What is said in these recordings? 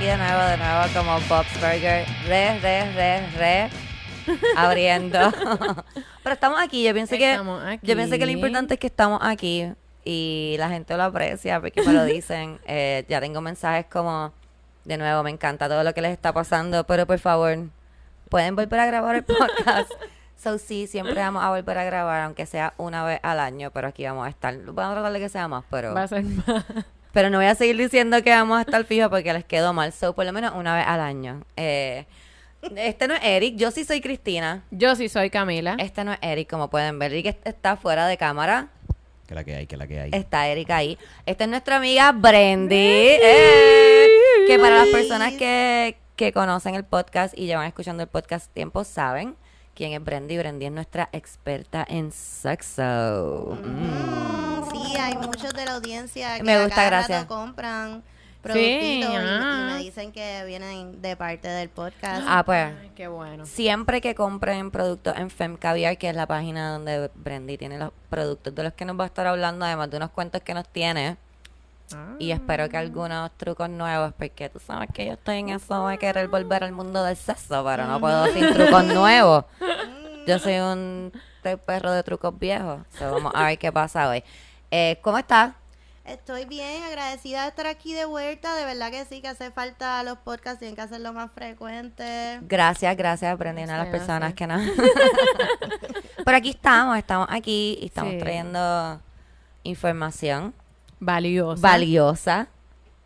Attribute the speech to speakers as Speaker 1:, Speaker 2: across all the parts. Speaker 1: de nuevo como Bob's Burger. Re, re, re, re. Abriendo. Pero estamos aquí. Yo pienso que.
Speaker 2: Estamos aquí.
Speaker 1: Yo pienso que lo importante es que estamos aquí. Y la gente lo aprecia porque me lo dicen. Eh, ya tengo mensajes como. De nuevo, me encanta todo lo que les está pasando. Pero por favor, pueden volver a grabar el podcast. So, sí, siempre vamos a volver a grabar, aunque sea una vez al año, pero aquí vamos a estar. Vamos a tratar de que sea más, pero.
Speaker 2: Va a ser más.
Speaker 1: Pero no voy a seguir diciendo que vamos a estar fijos porque les quedó mal. So, por lo menos una vez al año. Eh, este no es Eric, yo sí soy Cristina.
Speaker 2: Yo sí soy Camila.
Speaker 1: Este no es Eric, como pueden ver. Eric est- está fuera de cámara.
Speaker 3: Que la que hay, que la que hay.
Speaker 1: Está Eric ahí. Esta es nuestra amiga Brendy. eh, que para las personas que, que conocen el podcast y llevan escuchando el podcast tiempo, saben quién es Brendy. Brendy es nuestra experta en sexo. Mm.
Speaker 4: Sí, hay muchos de la audiencia que
Speaker 1: Me
Speaker 4: a
Speaker 1: gusta,
Speaker 4: cada
Speaker 1: gracias.
Speaker 4: rato compran productitos y-
Speaker 2: ah.
Speaker 4: y, me dicen que vienen de parte del podcast.
Speaker 1: Ah, pues.
Speaker 2: Ay, qué bueno.
Speaker 1: Siempre que compren productos en Fem Caviar, que es la página donde Brendy tiene los productos de los que nos va a estar hablando, además de unos cuentos que nos tiene.
Speaker 2: Ah.
Speaker 1: Y espero que algunos trucos nuevos, porque tú sabes que yo estoy en eso de querer volver al mundo del sexo, pero no puedo sin trucos nuevos. Yo soy un te- perro de trucos viejos. So, vamos a ver qué pasa hoy. Eh, ¿Cómo estás?
Speaker 4: Estoy bien, agradecida de estar aquí de vuelta. De verdad que sí, que hace falta los podcasts, tienen que hacerlo más frecuente.
Speaker 1: Gracias, gracias, Brendy, a las
Speaker 2: Sí,
Speaker 1: personas
Speaker 2: gracias.
Speaker 1: que nos... pero aquí estamos, estamos aquí y estamos
Speaker 2: Sí.
Speaker 1: trayendo información.
Speaker 2: Valioso.
Speaker 1: valiosa,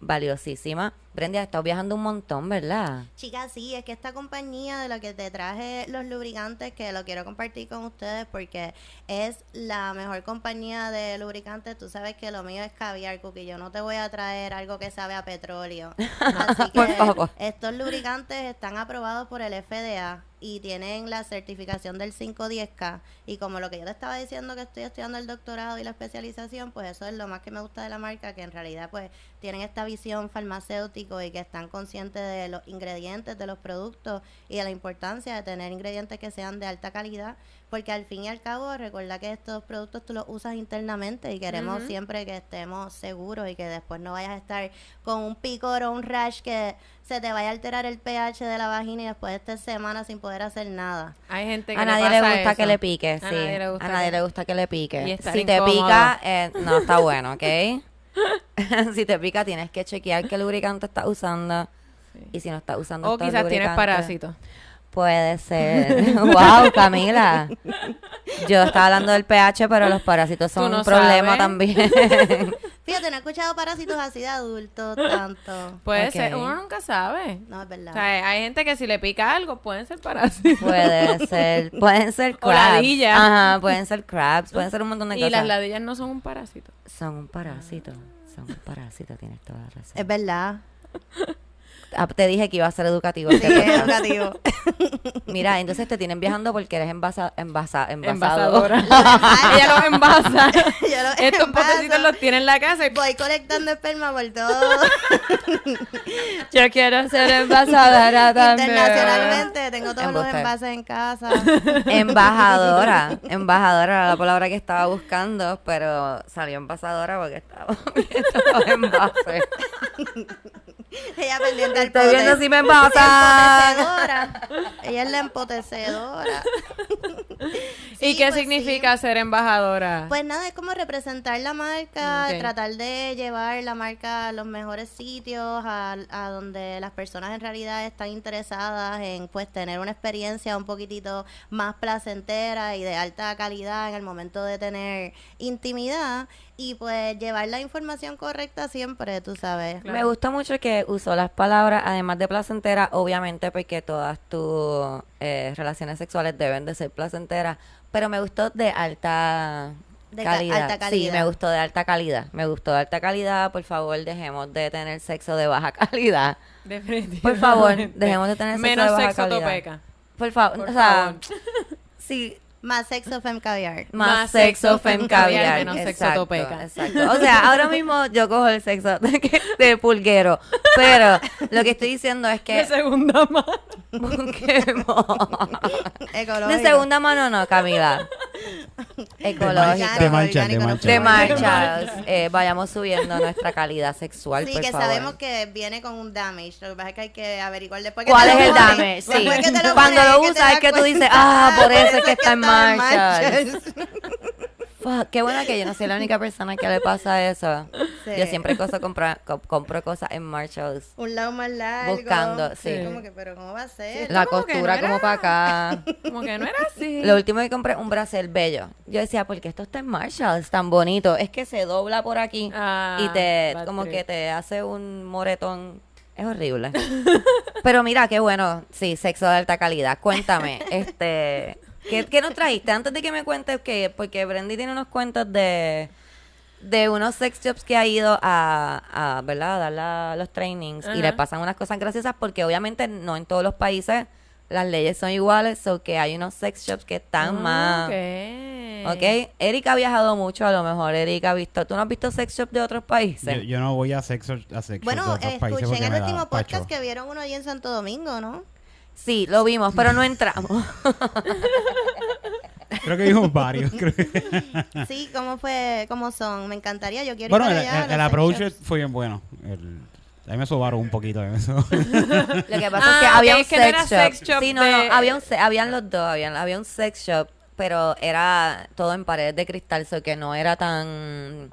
Speaker 1: valiosísima. Brenda, has estado viajando un montón, ¿verdad?
Speaker 4: Chicas, sí, es que esta compañía de la que te traje los lubricantes, que lo quiero compartir con ustedes porque es la mejor compañía de lubricantes. Tú sabes que lo mío es caviar, Cookie. Yo no te voy a traer algo que sabe a petróleo. Así
Speaker 1: Por
Speaker 4: que
Speaker 1: favor.
Speaker 4: estos lubricantes están aprobados por el FDA y tienen la certificación del 510K. Y como lo que yo te estaba diciendo que estoy estudiando el doctorado y la especialización, pues eso es lo más que me gusta de la marca, que en realidad pues tienen esta visión farmacéutico y que están conscientes de los ingredientes de los productos y de la importancia de tener ingredientes que sean de alta calidad, porque al fin y al cabo recuerda que estos productos tú los usas internamente y queremos siempre que estemos seguros y que después no vayas a estar con un picor o un rash que se te vaya a alterar el pH de la vagina y después estés semanas sin poder hacer nada.
Speaker 2: Hay gente que
Speaker 1: A nadie le
Speaker 2: pasa
Speaker 1: gusta
Speaker 2: eso.
Speaker 1: que le pique, sí.
Speaker 2: A nadie le gusta.
Speaker 1: A nadie
Speaker 2: que-
Speaker 1: le gusta que le pique.
Speaker 2: Y estar
Speaker 1: si te
Speaker 2: incómodo.
Speaker 1: pica, eh, no está bueno, ¿ok? si te pica, tienes que chequear qué lubricante estás usando. Y si no estás usando
Speaker 2: O
Speaker 1: estos
Speaker 2: quizás tienes
Speaker 1: lubricantes,
Speaker 2: parásitos.
Speaker 1: Puede ser. wow, Camila. Yo estaba hablando del pH, pero los parásitos
Speaker 2: Tú
Speaker 1: son
Speaker 2: no
Speaker 1: un problema
Speaker 2: sabes.
Speaker 1: también.
Speaker 4: Fíjate, no he escuchado parásitos así de adultos tanto.
Speaker 2: Puede
Speaker 1: Ok.
Speaker 2: ser, uno nunca sabe.
Speaker 4: No, es verdad.
Speaker 2: O sea, hay gente que si le pica algo pueden ser parásitos.
Speaker 1: Puede ser, pueden ser
Speaker 2: O
Speaker 1: crabs.
Speaker 2: ladillas.
Speaker 1: Ajá, pueden ser crabs, pueden ser un montón de
Speaker 2: y
Speaker 1: cosas.
Speaker 2: las ladillas no son un parásito.
Speaker 1: Son un parásito, son un parásito, tienes toda la razón.
Speaker 4: Es verdad.
Speaker 1: Ah, te dije que iba a ser educativo.
Speaker 4: Sí,
Speaker 1: este
Speaker 4: es
Speaker 1: podcast.
Speaker 4: educativo.
Speaker 1: Mira, entonces te tienen viajando porque eres envasa, envasa, envasado.
Speaker 2: Envasadora. Ella los envasa.
Speaker 4: Yo los
Speaker 2: Estos
Speaker 4: envaso.
Speaker 2: potecitos los tiene en la casa y
Speaker 4: Voy colectando esperma por todo.
Speaker 2: yo quiero ser
Speaker 1: envasadora también.
Speaker 4: Internacionalmente tengo todos los
Speaker 1: Embuste.
Speaker 4: envases en casa.
Speaker 1: Embajadora, embajadora era la palabra que estaba buscando, pero salió envasadora porque estaba viendo los envases.
Speaker 4: Ella pendiente al
Speaker 1: Estoy viendo
Speaker 4: pote-
Speaker 1: si me envasan.
Speaker 4: empotecedora. Ella es la empotecedora.
Speaker 2: ¿Y
Speaker 4: Sí,
Speaker 2: qué
Speaker 4: pues sí.
Speaker 2: significa ser embajadora?
Speaker 4: Pues nada, es como representar la marca,
Speaker 2: Ok.
Speaker 4: tratar de llevar la marca a los mejores sitios, a, a donde las personas en realidad están interesadas en pues tener una experiencia un poquitito más placentera y de alta calidad en el momento de tener intimidad y pues llevar la información correcta siempre, tú sabes.
Speaker 1: Me gusta mucho que usó las palabras, además de placentera, obviamente porque todas tus eh, relaciones sexuales deben de ser placenteras, pero me gustó de alta
Speaker 4: De ca-
Speaker 1: calidad.
Speaker 4: alta
Speaker 1: Sí,
Speaker 4: calidad.
Speaker 1: me gustó de alta calidad. Me gustó de alta calidad. Por favor, dejemos de tener sexo de baja calidad.
Speaker 2: Definitivamente.
Speaker 1: Por favor, dejemos de tener sexo
Speaker 2: Menos
Speaker 1: de baja
Speaker 2: sexo
Speaker 1: calidad.
Speaker 2: topeca.
Speaker 1: Por favor,
Speaker 2: Por
Speaker 1: o sea,
Speaker 2: favor.
Speaker 1: sí,
Speaker 4: Más sexo fem caviar.
Speaker 1: más,
Speaker 2: Más
Speaker 1: sexo,
Speaker 2: sexo
Speaker 1: fem
Speaker 2: fem
Speaker 1: caviar.
Speaker 2: caviar, menos sexo
Speaker 1: exacto,
Speaker 2: topeca.
Speaker 1: exacto. O sea, ahora mismo yo cojo el sexo de, que- de pulguero, pero lo que estoy diciendo es
Speaker 2: De
Speaker 1: que
Speaker 2: segunda mano.
Speaker 1: Busquemos.
Speaker 4: Ecológico.
Speaker 1: De segunda mano no, Camila. ecológico.
Speaker 4: Orgánico,
Speaker 1: De
Speaker 5: marcha,
Speaker 4: orgánico,
Speaker 5: de
Speaker 4: no
Speaker 5: marcha.
Speaker 1: De
Speaker 4: fue orgánico.
Speaker 1: marchas, eh, vayamos subiendo nuestra calidad sexual,
Speaker 4: Sí,
Speaker 1: por
Speaker 4: que
Speaker 1: favor.
Speaker 4: sabemos que viene con un damage. Lo que pasa es que hay que averiguar después que
Speaker 1: ¿Cuál
Speaker 4: te
Speaker 1: es
Speaker 4: lo
Speaker 1: el
Speaker 4: pones.
Speaker 1: damage? Sí.
Speaker 4: Después que te lo
Speaker 1: Cuando
Speaker 4: pones,
Speaker 1: lo
Speaker 4: es que te
Speaker 1: usas, es
Speaker 4: das
Speaker 1: que tú
Speaker 4: cuenta.
Speaker 1: dices, ah, por eso es que está en
Speaker 4: marchas.
Speaker 1: Fuck, qué bueno que yo no soy la única persona que le pasa eso.
Speaker 4: Sí.
Speaker 1: Yo siempre coso compra- co- compro cosas en Marshalls.
Speaker 4: Un lado más largo.
Speaker 1: Buscando, sí.
Speaker 4: Como que, pero ¿cómo va a ser?
Speaker 1: La
Speaker 2: como que no
Speaker 1: costura
Speaker 2: era.
Speaker 1: como para acá.
Speaker 2: Como que no era así.
Speaker 1: Lo último que compré, un bracel bello. Yo decía, ¿por qué esto está en Marshalls tan bonito? Es que se dobla por aquí
Speaker 2: Ah,
Speaker 1: y te,
Speaker 2: bad
Speaker 1: como
Speaker 2: trip.
Speaker 1: que te hace un moretón. Es horrible. Pero mira, qué bueno. Sí, sexo de alta calidad. Cuéntame, este, ¿qué, qué nos trajiste? Antes de que me cuentes que, porque Brendy tiene unos cuentos de, de unos sex shops que ha ido a, a ¿verdad? A dar la- los trainings y
Speaker 2: Ajá.
Speaker 1: le pasan unas cosas graciosas porque obviamente no en todos los países las leyes son iguales o que hay unos sex shops que
Speaker 2: Ah,
Speaker 1: están más...
Speaker 2: Ok.
Speaker 1: ¿Ok? Erika ha viajado mucho, a lo mejor Erika ha visto... ¿Tú no has visto sex shops de otros países?
Speaker 5: Yo, yo no voy a sexo, a sexo de
Speaker 4: Bueno,
Speaker 5: otros países
Speaker 4: escuché en
Speaker 5: porque
Speaker 4: el
Speaker 5: me da
Speaker 4: último podcast
Speaker 5: pacho.
Speaker 4: que vieron uno allí en Santo Domingo, ¿no?
Speaker 1: Sí, lo vimos, pero no entramos.
Speaker 5: Creo que vimos varios. creo que-
Speaker 4: Sí, ¿cómo fue? ¿Cómo son? Me encantaría, yo quiero
Speaker 5: Ah. Bueno,
Speaker 4: ir
Speaker 5: el,
Speaker 4: para allá.
Speaker 5: el-
Speaker 4: a
Speaker 5: el
Speaker 4: los sex
Speaker 5: approach
Speaker 4: shops.
Speaker 5: fue bien bueno. El- ahí me sobaron un poquito. ahí me sobaron.
Speaker 1: Lo que pasa es que
Speaker 2: Ah,
Speaker 1: había
Speaker 2: ok,
Speaker 1: un
Speaker 2: es que no
Speaker 1: sex,
Speaker 2: era
Speaker 1: shop.
Speaker 2: sex shop
Speaker 1: Sí, no,
Speaker 2: de-
Speaker 1: no, había un se- habían los dos, habían, había un sex shop, pero era todo en paredes de cristal, so que no era tan...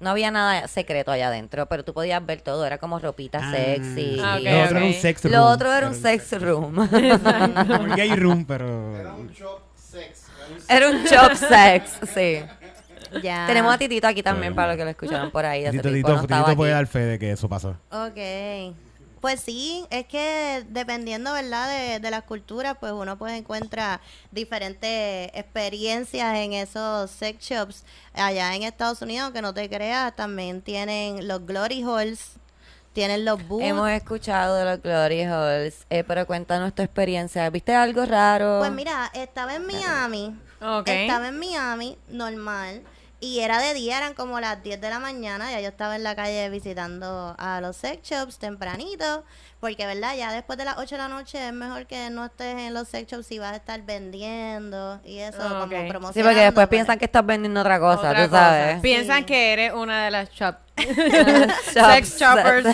Speaker 1: No había nada secreto allá adentro, pero tú podías ver todo, era como ropita sexy.
Speaker 5: Ah,
Speaker 2: ok,
Speaker 5: Lo otro era un
Speaker 2: ok.
Speaker 5: sex
Speaker 1: Lo
Speaker 5: room.
Speaker 1: otro era un sex room.
Speaker 5: como el gay room, pero...
Speaker 6: Era un shop sex. Era un
Speaker 1: era un shop sex, sí.
Speaker 2: Ah.
Speaker 4: Ya.
Speaker 1: Tenemos a Titito aquí también
Speaker 5: Bueno.
Speaker 1: para los que lo escucharon por ahí. hace
Speaker 5: Tito,
Speaker 1: tiempo no
Speaker 5: Tito,
Speaker 1: estaba
Speaker 5: Tito puede
Speaker 1: aquí.
Speaker 5: dar fe de que eso pasó.
Speaker 4: Ok. Pues sí, es que dependiendo, ¿verdad?, de, de las culturas, pues uno pues encuentra diferentes experiencias en esos sex shops. Allá en Estados Unidos, que no te creas, también tienen los glory halls, tienen los booths.
Speaker 1: Hemos escuchado de los Glory Halls, eh, pero cuéntanos tu experiencia. ¿Viste algo raro?
Speaker 4: Pues mira, estaba en Miami.
Speaker 2: Ok.
Speaker 4: Estaba en Miami, normal. Y era de día, eran como las 10 de la mañana. Ya yo estaba en la calle visitando a los sex shops tempranito. Porque, ¿verdad? Ya después de las 8 de la noche es mejor que no estés en los sex shops si vas a estar vendiendo y eso,
Speaker 2: Ah, ok. Sí,
Speaker 4: como pues,
Speaker 2: porque
Speaker 4: promocionando.
Speaker 1: Sí, porque después
Speaker 4: pero-
Speaker 1: piensan que estás vendiendo otra cosa,
Speaker 2: Otra
Speaker 1: tú sabes.
Speaker 2: cosa. Piensan
Speaker 4: Sí.
Speaker 2: que eres una de las shop-
Speaker 1: Shops.
Speaker 2: sex shoppers,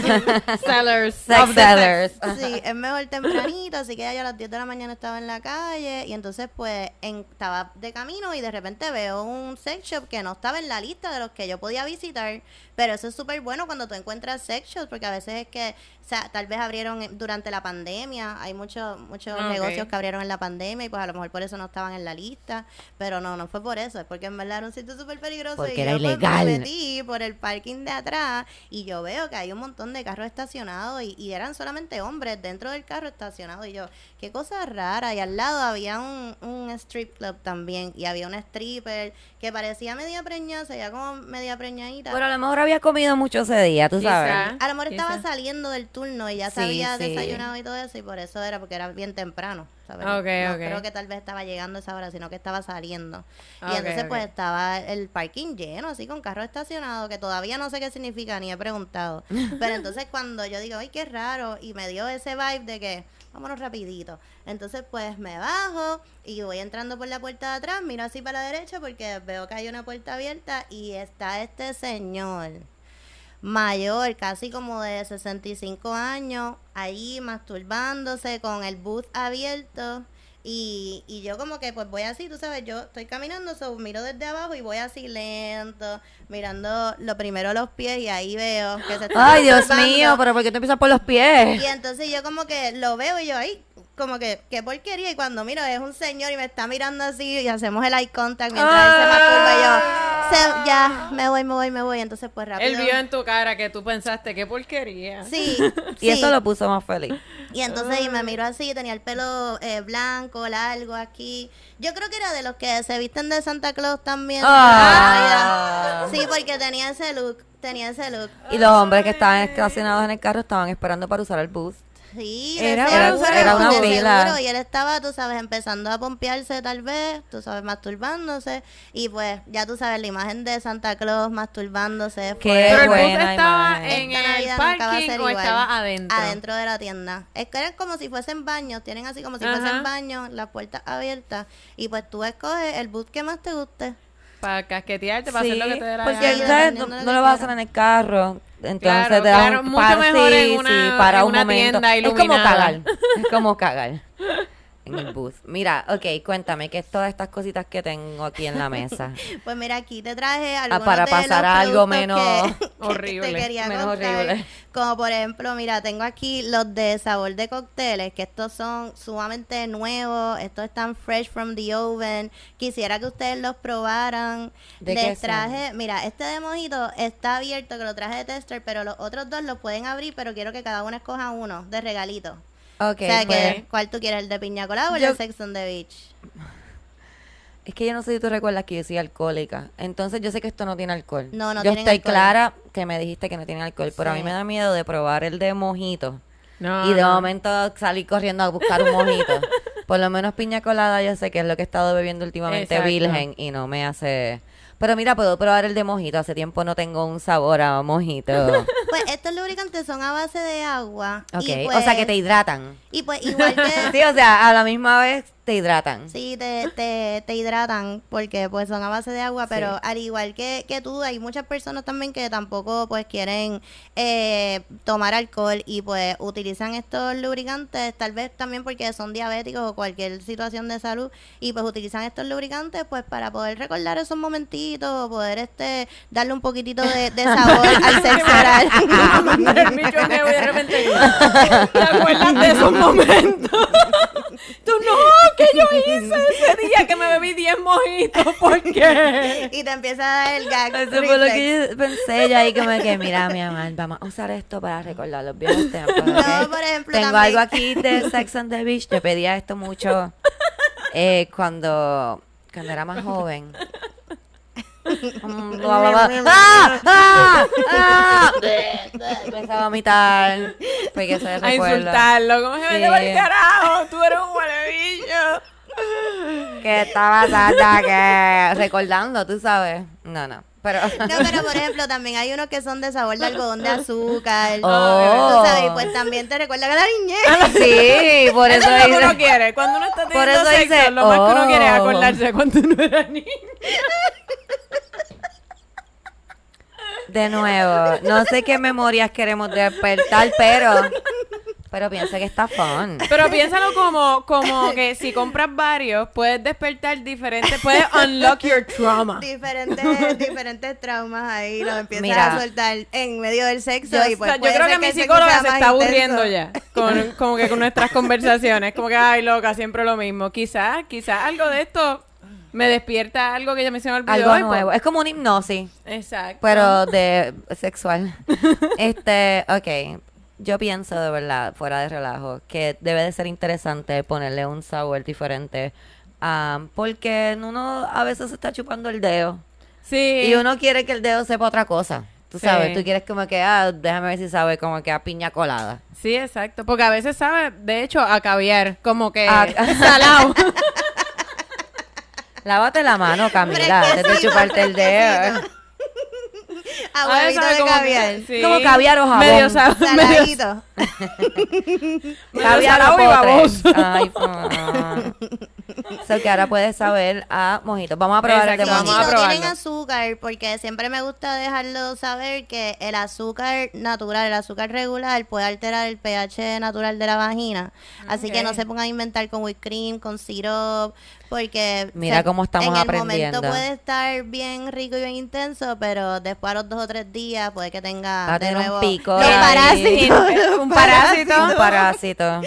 Speaker 2: sellers,
Speaker 1: Sex
Speaker 2: of the sex.
Speaker 1: sellers.
Speaker 4: Sí, es mejor tempranito, así que ya yo a las 10 de la mañana estaba en la calle y entonces pues en- estaba de camino y de repente veo un sex shop que no estaba en la lista de los que yo podía visitar, pero eso es súper bueno cuando tú encuentras sex shops porque a veces es que, o sea, tal vez abrieron en- durante la pandemia, hay muchos muchos
Speaker 2: Ah, ok.
Speaker 4: negocios que abrieron en la pandemia y pues a lo mejor por eso no estaban en la lista, pero no, no fue por eso, es porque en verdad era un sitio súper peligroso
Speaker 1: Porque
Speaker 4: y
Speaker 1: era
Speaker 4: yo, pues, me
Speaker 1: ilegal.
Speaker 4: metí y por el parking de atrás y yo veo que hay un montón de carros estacionados y, y eran solamente hombres dentro del carro estacionado y yo, qué cosa rara. Y al lado había un, un strip club también y había una stripper que parecía media preñada, se veía como media preñadita.
Speaker 1: Pero a lo mejor había comido mucho ese día, tú
Speaker 2: Quizá.
Speaker 1: sabes.
Speaker 4: a lo mejor estaba
Speaker 2: Quizá.
Speaker 4: saliendo del turno y ya
Speaker 1: Sí,
Speaker 4: se había
Speaker 1: sí.
Speaker 4: desayunado y todo eso y por eso era porque era bien temprano. ¿sabes?
Speaker 2: Ok,
Speaker 4: no
Speaker 2: ok.
Speaker 4: creo que tal vez estaba llegando a esa hora, sino que estaba saliendo. Y
Speaker 2: Ok,
Speaker 4: entonces
Speaker 2: ok.
Speaker 4: pues estaba el parking lleno, así con carro estacionado, que todavía no sé qué significa ni he preguntado. Pero entonces cuando yo digo, ay, qué raro, y me dio ese vibe de que, vámonos rapidito. Entonces pues me bajo y voy entrando por la puerta de atrás, miro así para la derecha porque veo que hay una puerta abierta y está este señor mayor, casi como de 65 años, ahí masturbándose con el booth abierto. Y, y yo como que pues voy así, tú sabes, yo estoy caminando, so, miro desde abajo y voy así lento, mirando lo primero los pies y ahí veo que se está
Speaker 1: Ay, Dios
Speaker 4: masturbando.
Speaker 1: mío, pues. pero ¿por qué tú empiezas por los pies?
Speaker 4: Y entonces yo como que lo veo y yo ahí, como que, qué porquería. Y cuando miro, es un señor y me está mirando así y hacemos el eye contact mientras él se
Speaker 2: Ah.
Speaker 4: masturba y yo, se- ya, me voy, me voy, me voy. Entonces pues rápido.
Speaker 2: Él vio en tu cara que tú pensaste, qué porquería.
Speaker 4: Sí,
Speaker 1: Ah. Y eso
Speaker 4: sí.
Speaker 1: lo puso más feliz.
Speaker 4: Y entonces y me miró así, tenía el pelo eh, blanco, largo aquí. Yo creo que era de los que se visten de Santa Claus también.
Speaker 1: Ah.
Speaker 4: Sí, porque tenía ese look, tenía ese look.
Speaker 1: Y los hombres que estaban estacionados en el carro estaban esperando para usar el bus.
Speaker 4: Sí,
Speaker 2: Era
Speaker 4: de seguro,
Speaker 2: una- era una
Speaker 4: de
Speaker 1: fila.
Speaker 4: seguro. Y él estaba, tú sabes, empezando a pompearse tal vez, tú sabes, masturbándose. Y pues, ya tú sabes, la imagen de Santa Claus masturbándose
Speaker 1: Qué
Speaker 4: fue...
Speaker 2: Pero el bus
Speaker 1: buena
Speaker 2: estaba
Speaker 1: imagen.
Speaker 2: en
Speaker 4: Esta
Speaker 2: el
Speaker 4: Navidad nunca va a
Speaker 2: parking
Speaker 4: ser
Speaker 2: o
Speaker 4: igual.
Speaker 2: estaba adentro.
Speaker 4: Adentro de la tienda. Es que eran como si fuesen baños, tienen así como si
Speaker 2: Ajá.
Speaker 4: fuesen baños, las puertas abiertas. Y pues tú escoges el boot que más te guste.
Speaker 2: para casquetearte, para
Speaker 1: Sí,
Speaker 2: hacer lo que te dé la
Speaker 1: porque
Speaker 4: gana.
Speaker 2: gana.
Speaker 1: ¿sabes? no,
Speaker 4: Dependiendo de lo
Speaker 1: no
Speaker 4: que
Speaker 1: lo vas a
Speaker 4: quieras.
Speaker 1: hacer en el carro, entonces
Speaker 2: Claro,
Speaker 1: te da
Speaker 2: claro,
Speaker 1: un
Speaker 2: mucho
Speaker 1: par-
Speaker 2: mejor en
Speaker 1: sí,
Speaker 2: una-
Speaker 1: sí, para
Speaker 2: en
Speaker 1: un
Speaker 2: una
Speaker 1: momento.
Speaker 2: tienda
Speaker 1: es como
Speaker 2: iluminada.
Speaker 1: cagar, es como cagar en el bus. Mira, ok, cuéntame qué es todas estas cositas que tengo aquí en la mesa.
Speaker 4: Pues mira, aquí te traje algunos
Speaker 1: Ah, para
Speaker 4: de
Speaker 1: pasar
Speaker 4: los
Speaker 1: a algo
Speaker 4: productos
Speaker 1: menos
Speaker 4: que- que
Speaker 2: horrible,
Speaker 4: te quería
Speaker 1: menos
Speaker 4: contar.
Speaker 1: horrible.
Speaker 4: Como por ejemplo, mira, tengo aquí los de sabor de cócteles, que estos son sumamente nuevos, estos están fresh from the oven. Quisiera que ustedes los probaran.
Speaker 1: ¿De
Speaker 4: Les
Speaker 1: qué son?
Speaker 4: traje, mira, este de mojito está abierto, que lo traje de tester, pero los otros dos los pueden abrir, pero quiero que cada uno escoja uno de regalito.
Speaker 1: Ok,
Speaker 4: o sea,
Speaker 1: pues,
Speaker 4: que, ¿cuál tú quieres, el de piña colada o el
Speaker 1: Yo-
Speaker 4: de Sex on the Beach?
Speaker 1: es que yo no sé si tú recuerdas que yo soy alcohólica, entonces yo sé que esto no tiene alcohol.
Speaker 4: No, no
Speaker 1: yo
Speaker 4: tienen
Speaker 1: estoy
Speaker 4: alcohol.
Speaker 1: clara que me dijiste que no tiene alcohol, pero a mí
Speaker 4: Sí.
Speaker 1: me da miedo de probar el de mojito.
Speaker 2: No,
Speaker 4: Ah,
Speaker 1: y de
Speaker 2: no.
Speaker 1: momento salí corriendo a buscar un mojito. Por lo menos piña colada yo sé que es lo que he estado bebiendo últimamente
Speaker 2: Exacto.
Speaker 1: virgen y no me hace... Pero mira, puedo probar el de mojito. Hace tiempo no tengo un sabor a mojito.
Speaker 4: Pues estos lubricantes son a base de agua.
Speaker 1: Ok,
Speaker 4: y
Speaker 1: o sea que
Speaker 4: pues-
Speaker 1: te hidratan.
Speaker 4: Y pues igual te,
Speaker 1: Sí, o sea, a la misma vez te hidratan.
Speaker 4: sí, te, te, te hidratan porque pues son a base de agua, pero al igual que, que tú, hay muchas personas también que tampoco pues quieren eh, tomar alcohol y pues utilizan estos lubricantes, tal vez también porque son diabéticos o cualquier situación de salud y pues utilizan estos lubricantes pues para poder recordar esos momentitos, poder este darle un poquitito de, de sabor al sexo oral.
Speaker 2: El bicho me voy de repente. ¿Te acuerdas de esos momentos? Tú no, que yo hice ese día que me bebí 10 mojitos. ¿Por qué?
Speaker 4: y te empieza a dar el gag.
Speaker 1: Eso fue lo
Speaker 4: reflex.
Speaker 1: que yo pensé yo ahí como que, mira, mi amor, vamos a usar esto para recordar los viejos tiempos.
Speaker 4: No,
Speaker 1: ¿ok?
Speaker 4: por ejemplo,
Speaker 1: Tengo
Speaker 4: también-
Speaker 1: algo aquí de Sex and the Beach. Yo pedía esto mucho eh, cuando, cuando era más joven. Mm, bla, bla, bla. ¡Ah! ¡Ah! ¡Ah! Empezaba a vomitar. Porque eso es
Speaker 2: A
Speaker 1: recuerdo.
Speaker 2: insultarlo. ¿Cómo se
Speaker 1: Sí.
Speaker 2: me lleva el carajo? Tú eres un huelebillo.
Speaker 1: Que estaba tata que... Recordando, tú sabes. No, no. Pero...
Speaker 4: No, pero por ejemplo, también hay unos que son de sabor de algodón de azúcar.
Speaker 1: Oh.
Speaker 4: Tú sabes, y pues también te recuerda a la niñez.
Speaker 1: Sí, por
Speaker 2: Eso
Speaker 1: eso
Speaker 2: es lo que
Speaker 1: hice-
Speaker 2: uno quiere. Cuando uno está
Speaker 1: Por
Speaker 2: teniendo
Speaker 1: eso
Speaker 2: sexo,
Speaker 1: dice,
Speaker 2: lo más que uno quiere es
Speaker 1: "Oh".
Speaker 2: acordarse de cuando uno era niño.
Speaker 1: De nuevo, no sé qué memorias queremos despertar, pero pero pienso que está fun.
Speaker 2: Pero piénsalo como, como que si compras varios, puedes despertar diferentes, puedes unlock your trauma.
Speaker 4: Diferentes, diferentes traumas ahí los empiezas
Speaker 1: Mira.
Speaker 4: a soltar en medio del sexo.
Speaker 2: Yo,
Speaker 4: y pues
Speaker 2: o sea, yo
Speaker 4: puede
Speaker 2: creo
Speaker 4: ser
Speaker 2: que mi
Speaker 4: el sexo
Speaker 2: psicóloga
Speaker 4: sea
Speaker 2: se
Speaker 4: más
Speaker 2: está
Speaker 4: intenso.
Speaker 2: aburriendo ya con, como que con nuestras conversaciones. Como que, ay, loca, siempre lo mismo. Quizás, quizás algo de esto me despierta algo que ya me se me olvidó.
Speaker 1: Algo
Speaker 2: y pues- Ah.
Speaker 1: nuevo. Es como una hipnosis,
Speaker 2: Exacto.
Speaker 1: pero de sexual. Este, ok. Yo pienso de verdad, fuera de relajo, que debe de ser interesante ponerle un sabor diferente. ah, porque uno a veces se está chupando el dedo.
Speaker 2: sí.
Speaker 1: Y uno quiere que el dedo sepa otra cosa. Tú
Speaker 2: Sí.
Speaker 1: sabes, tú quieres como que, ah, déjame ver si sabe como que a piña colada.
Speaker 2: Sí, exacto. Porque a veces sabe, de hecho, a caviar. Como que
Speaker 1: A-
Speaker 2: salado.
Speaker 1: Lávate la mano, Camila, antes de
Speaker 4: Fresquecito,
Speaker 1: chuparte el dedo.
Speaker 4: fresquecito. A huevito
Speaker 2: veces
Speaker 4: de
Speaker 2: Ah, como que-
Speaker 4: caviar.
Speaker 2: sí.
Speaker 1: Como caviar o jabón.
Speaker 2: Medio sab- medio
Speaker 4: Saladito.
Speaker 2: Pues
Speaker 1: Caviar
Speaker 2: salado y
Speaker 1: o
Speaker 2: baboso.
Speaker 1: potre. Ay, ah. So que ahora puedes saber a mojitos. Vamos a probar el de
Speaker 2: Exacto,
Speaker 4: Sí,
Speaker 2: vamos
Speaker 1: mojito.
Speaker 2: a
Speaker 4: y no tienen
Speaker 2: probarlo.
Speaker 4: azúcar, porque siempre me gusta dejarlo saber que el azúcar natural, el azúcar regular, puede alterar el pH natural de la vagina. Así que no
Speaker 2: Ok.
Speaker 4: se pongan a inventar con whipped cream, con syrup, porque pues,
Speaker 1: Mira cómo estamos
Speaker 4: en
Speaker 1: aprendiendo.
Speaker 4: el momento puede estar bien rico y bien intenso, pero después a los dos o tres días puede que tenga
Speaker 1: Va a
Speaker 4: de
Speaker 1: tener un
Speaker 4: nuevo
Speaker 1: pico
Speaker 4: los
Speaker 1: ahí.
Speaker 4: parásitos.
Speaker 2: un
Speaker 4: los
Speaker 2: parásito.
Speaker 1: Un parásito.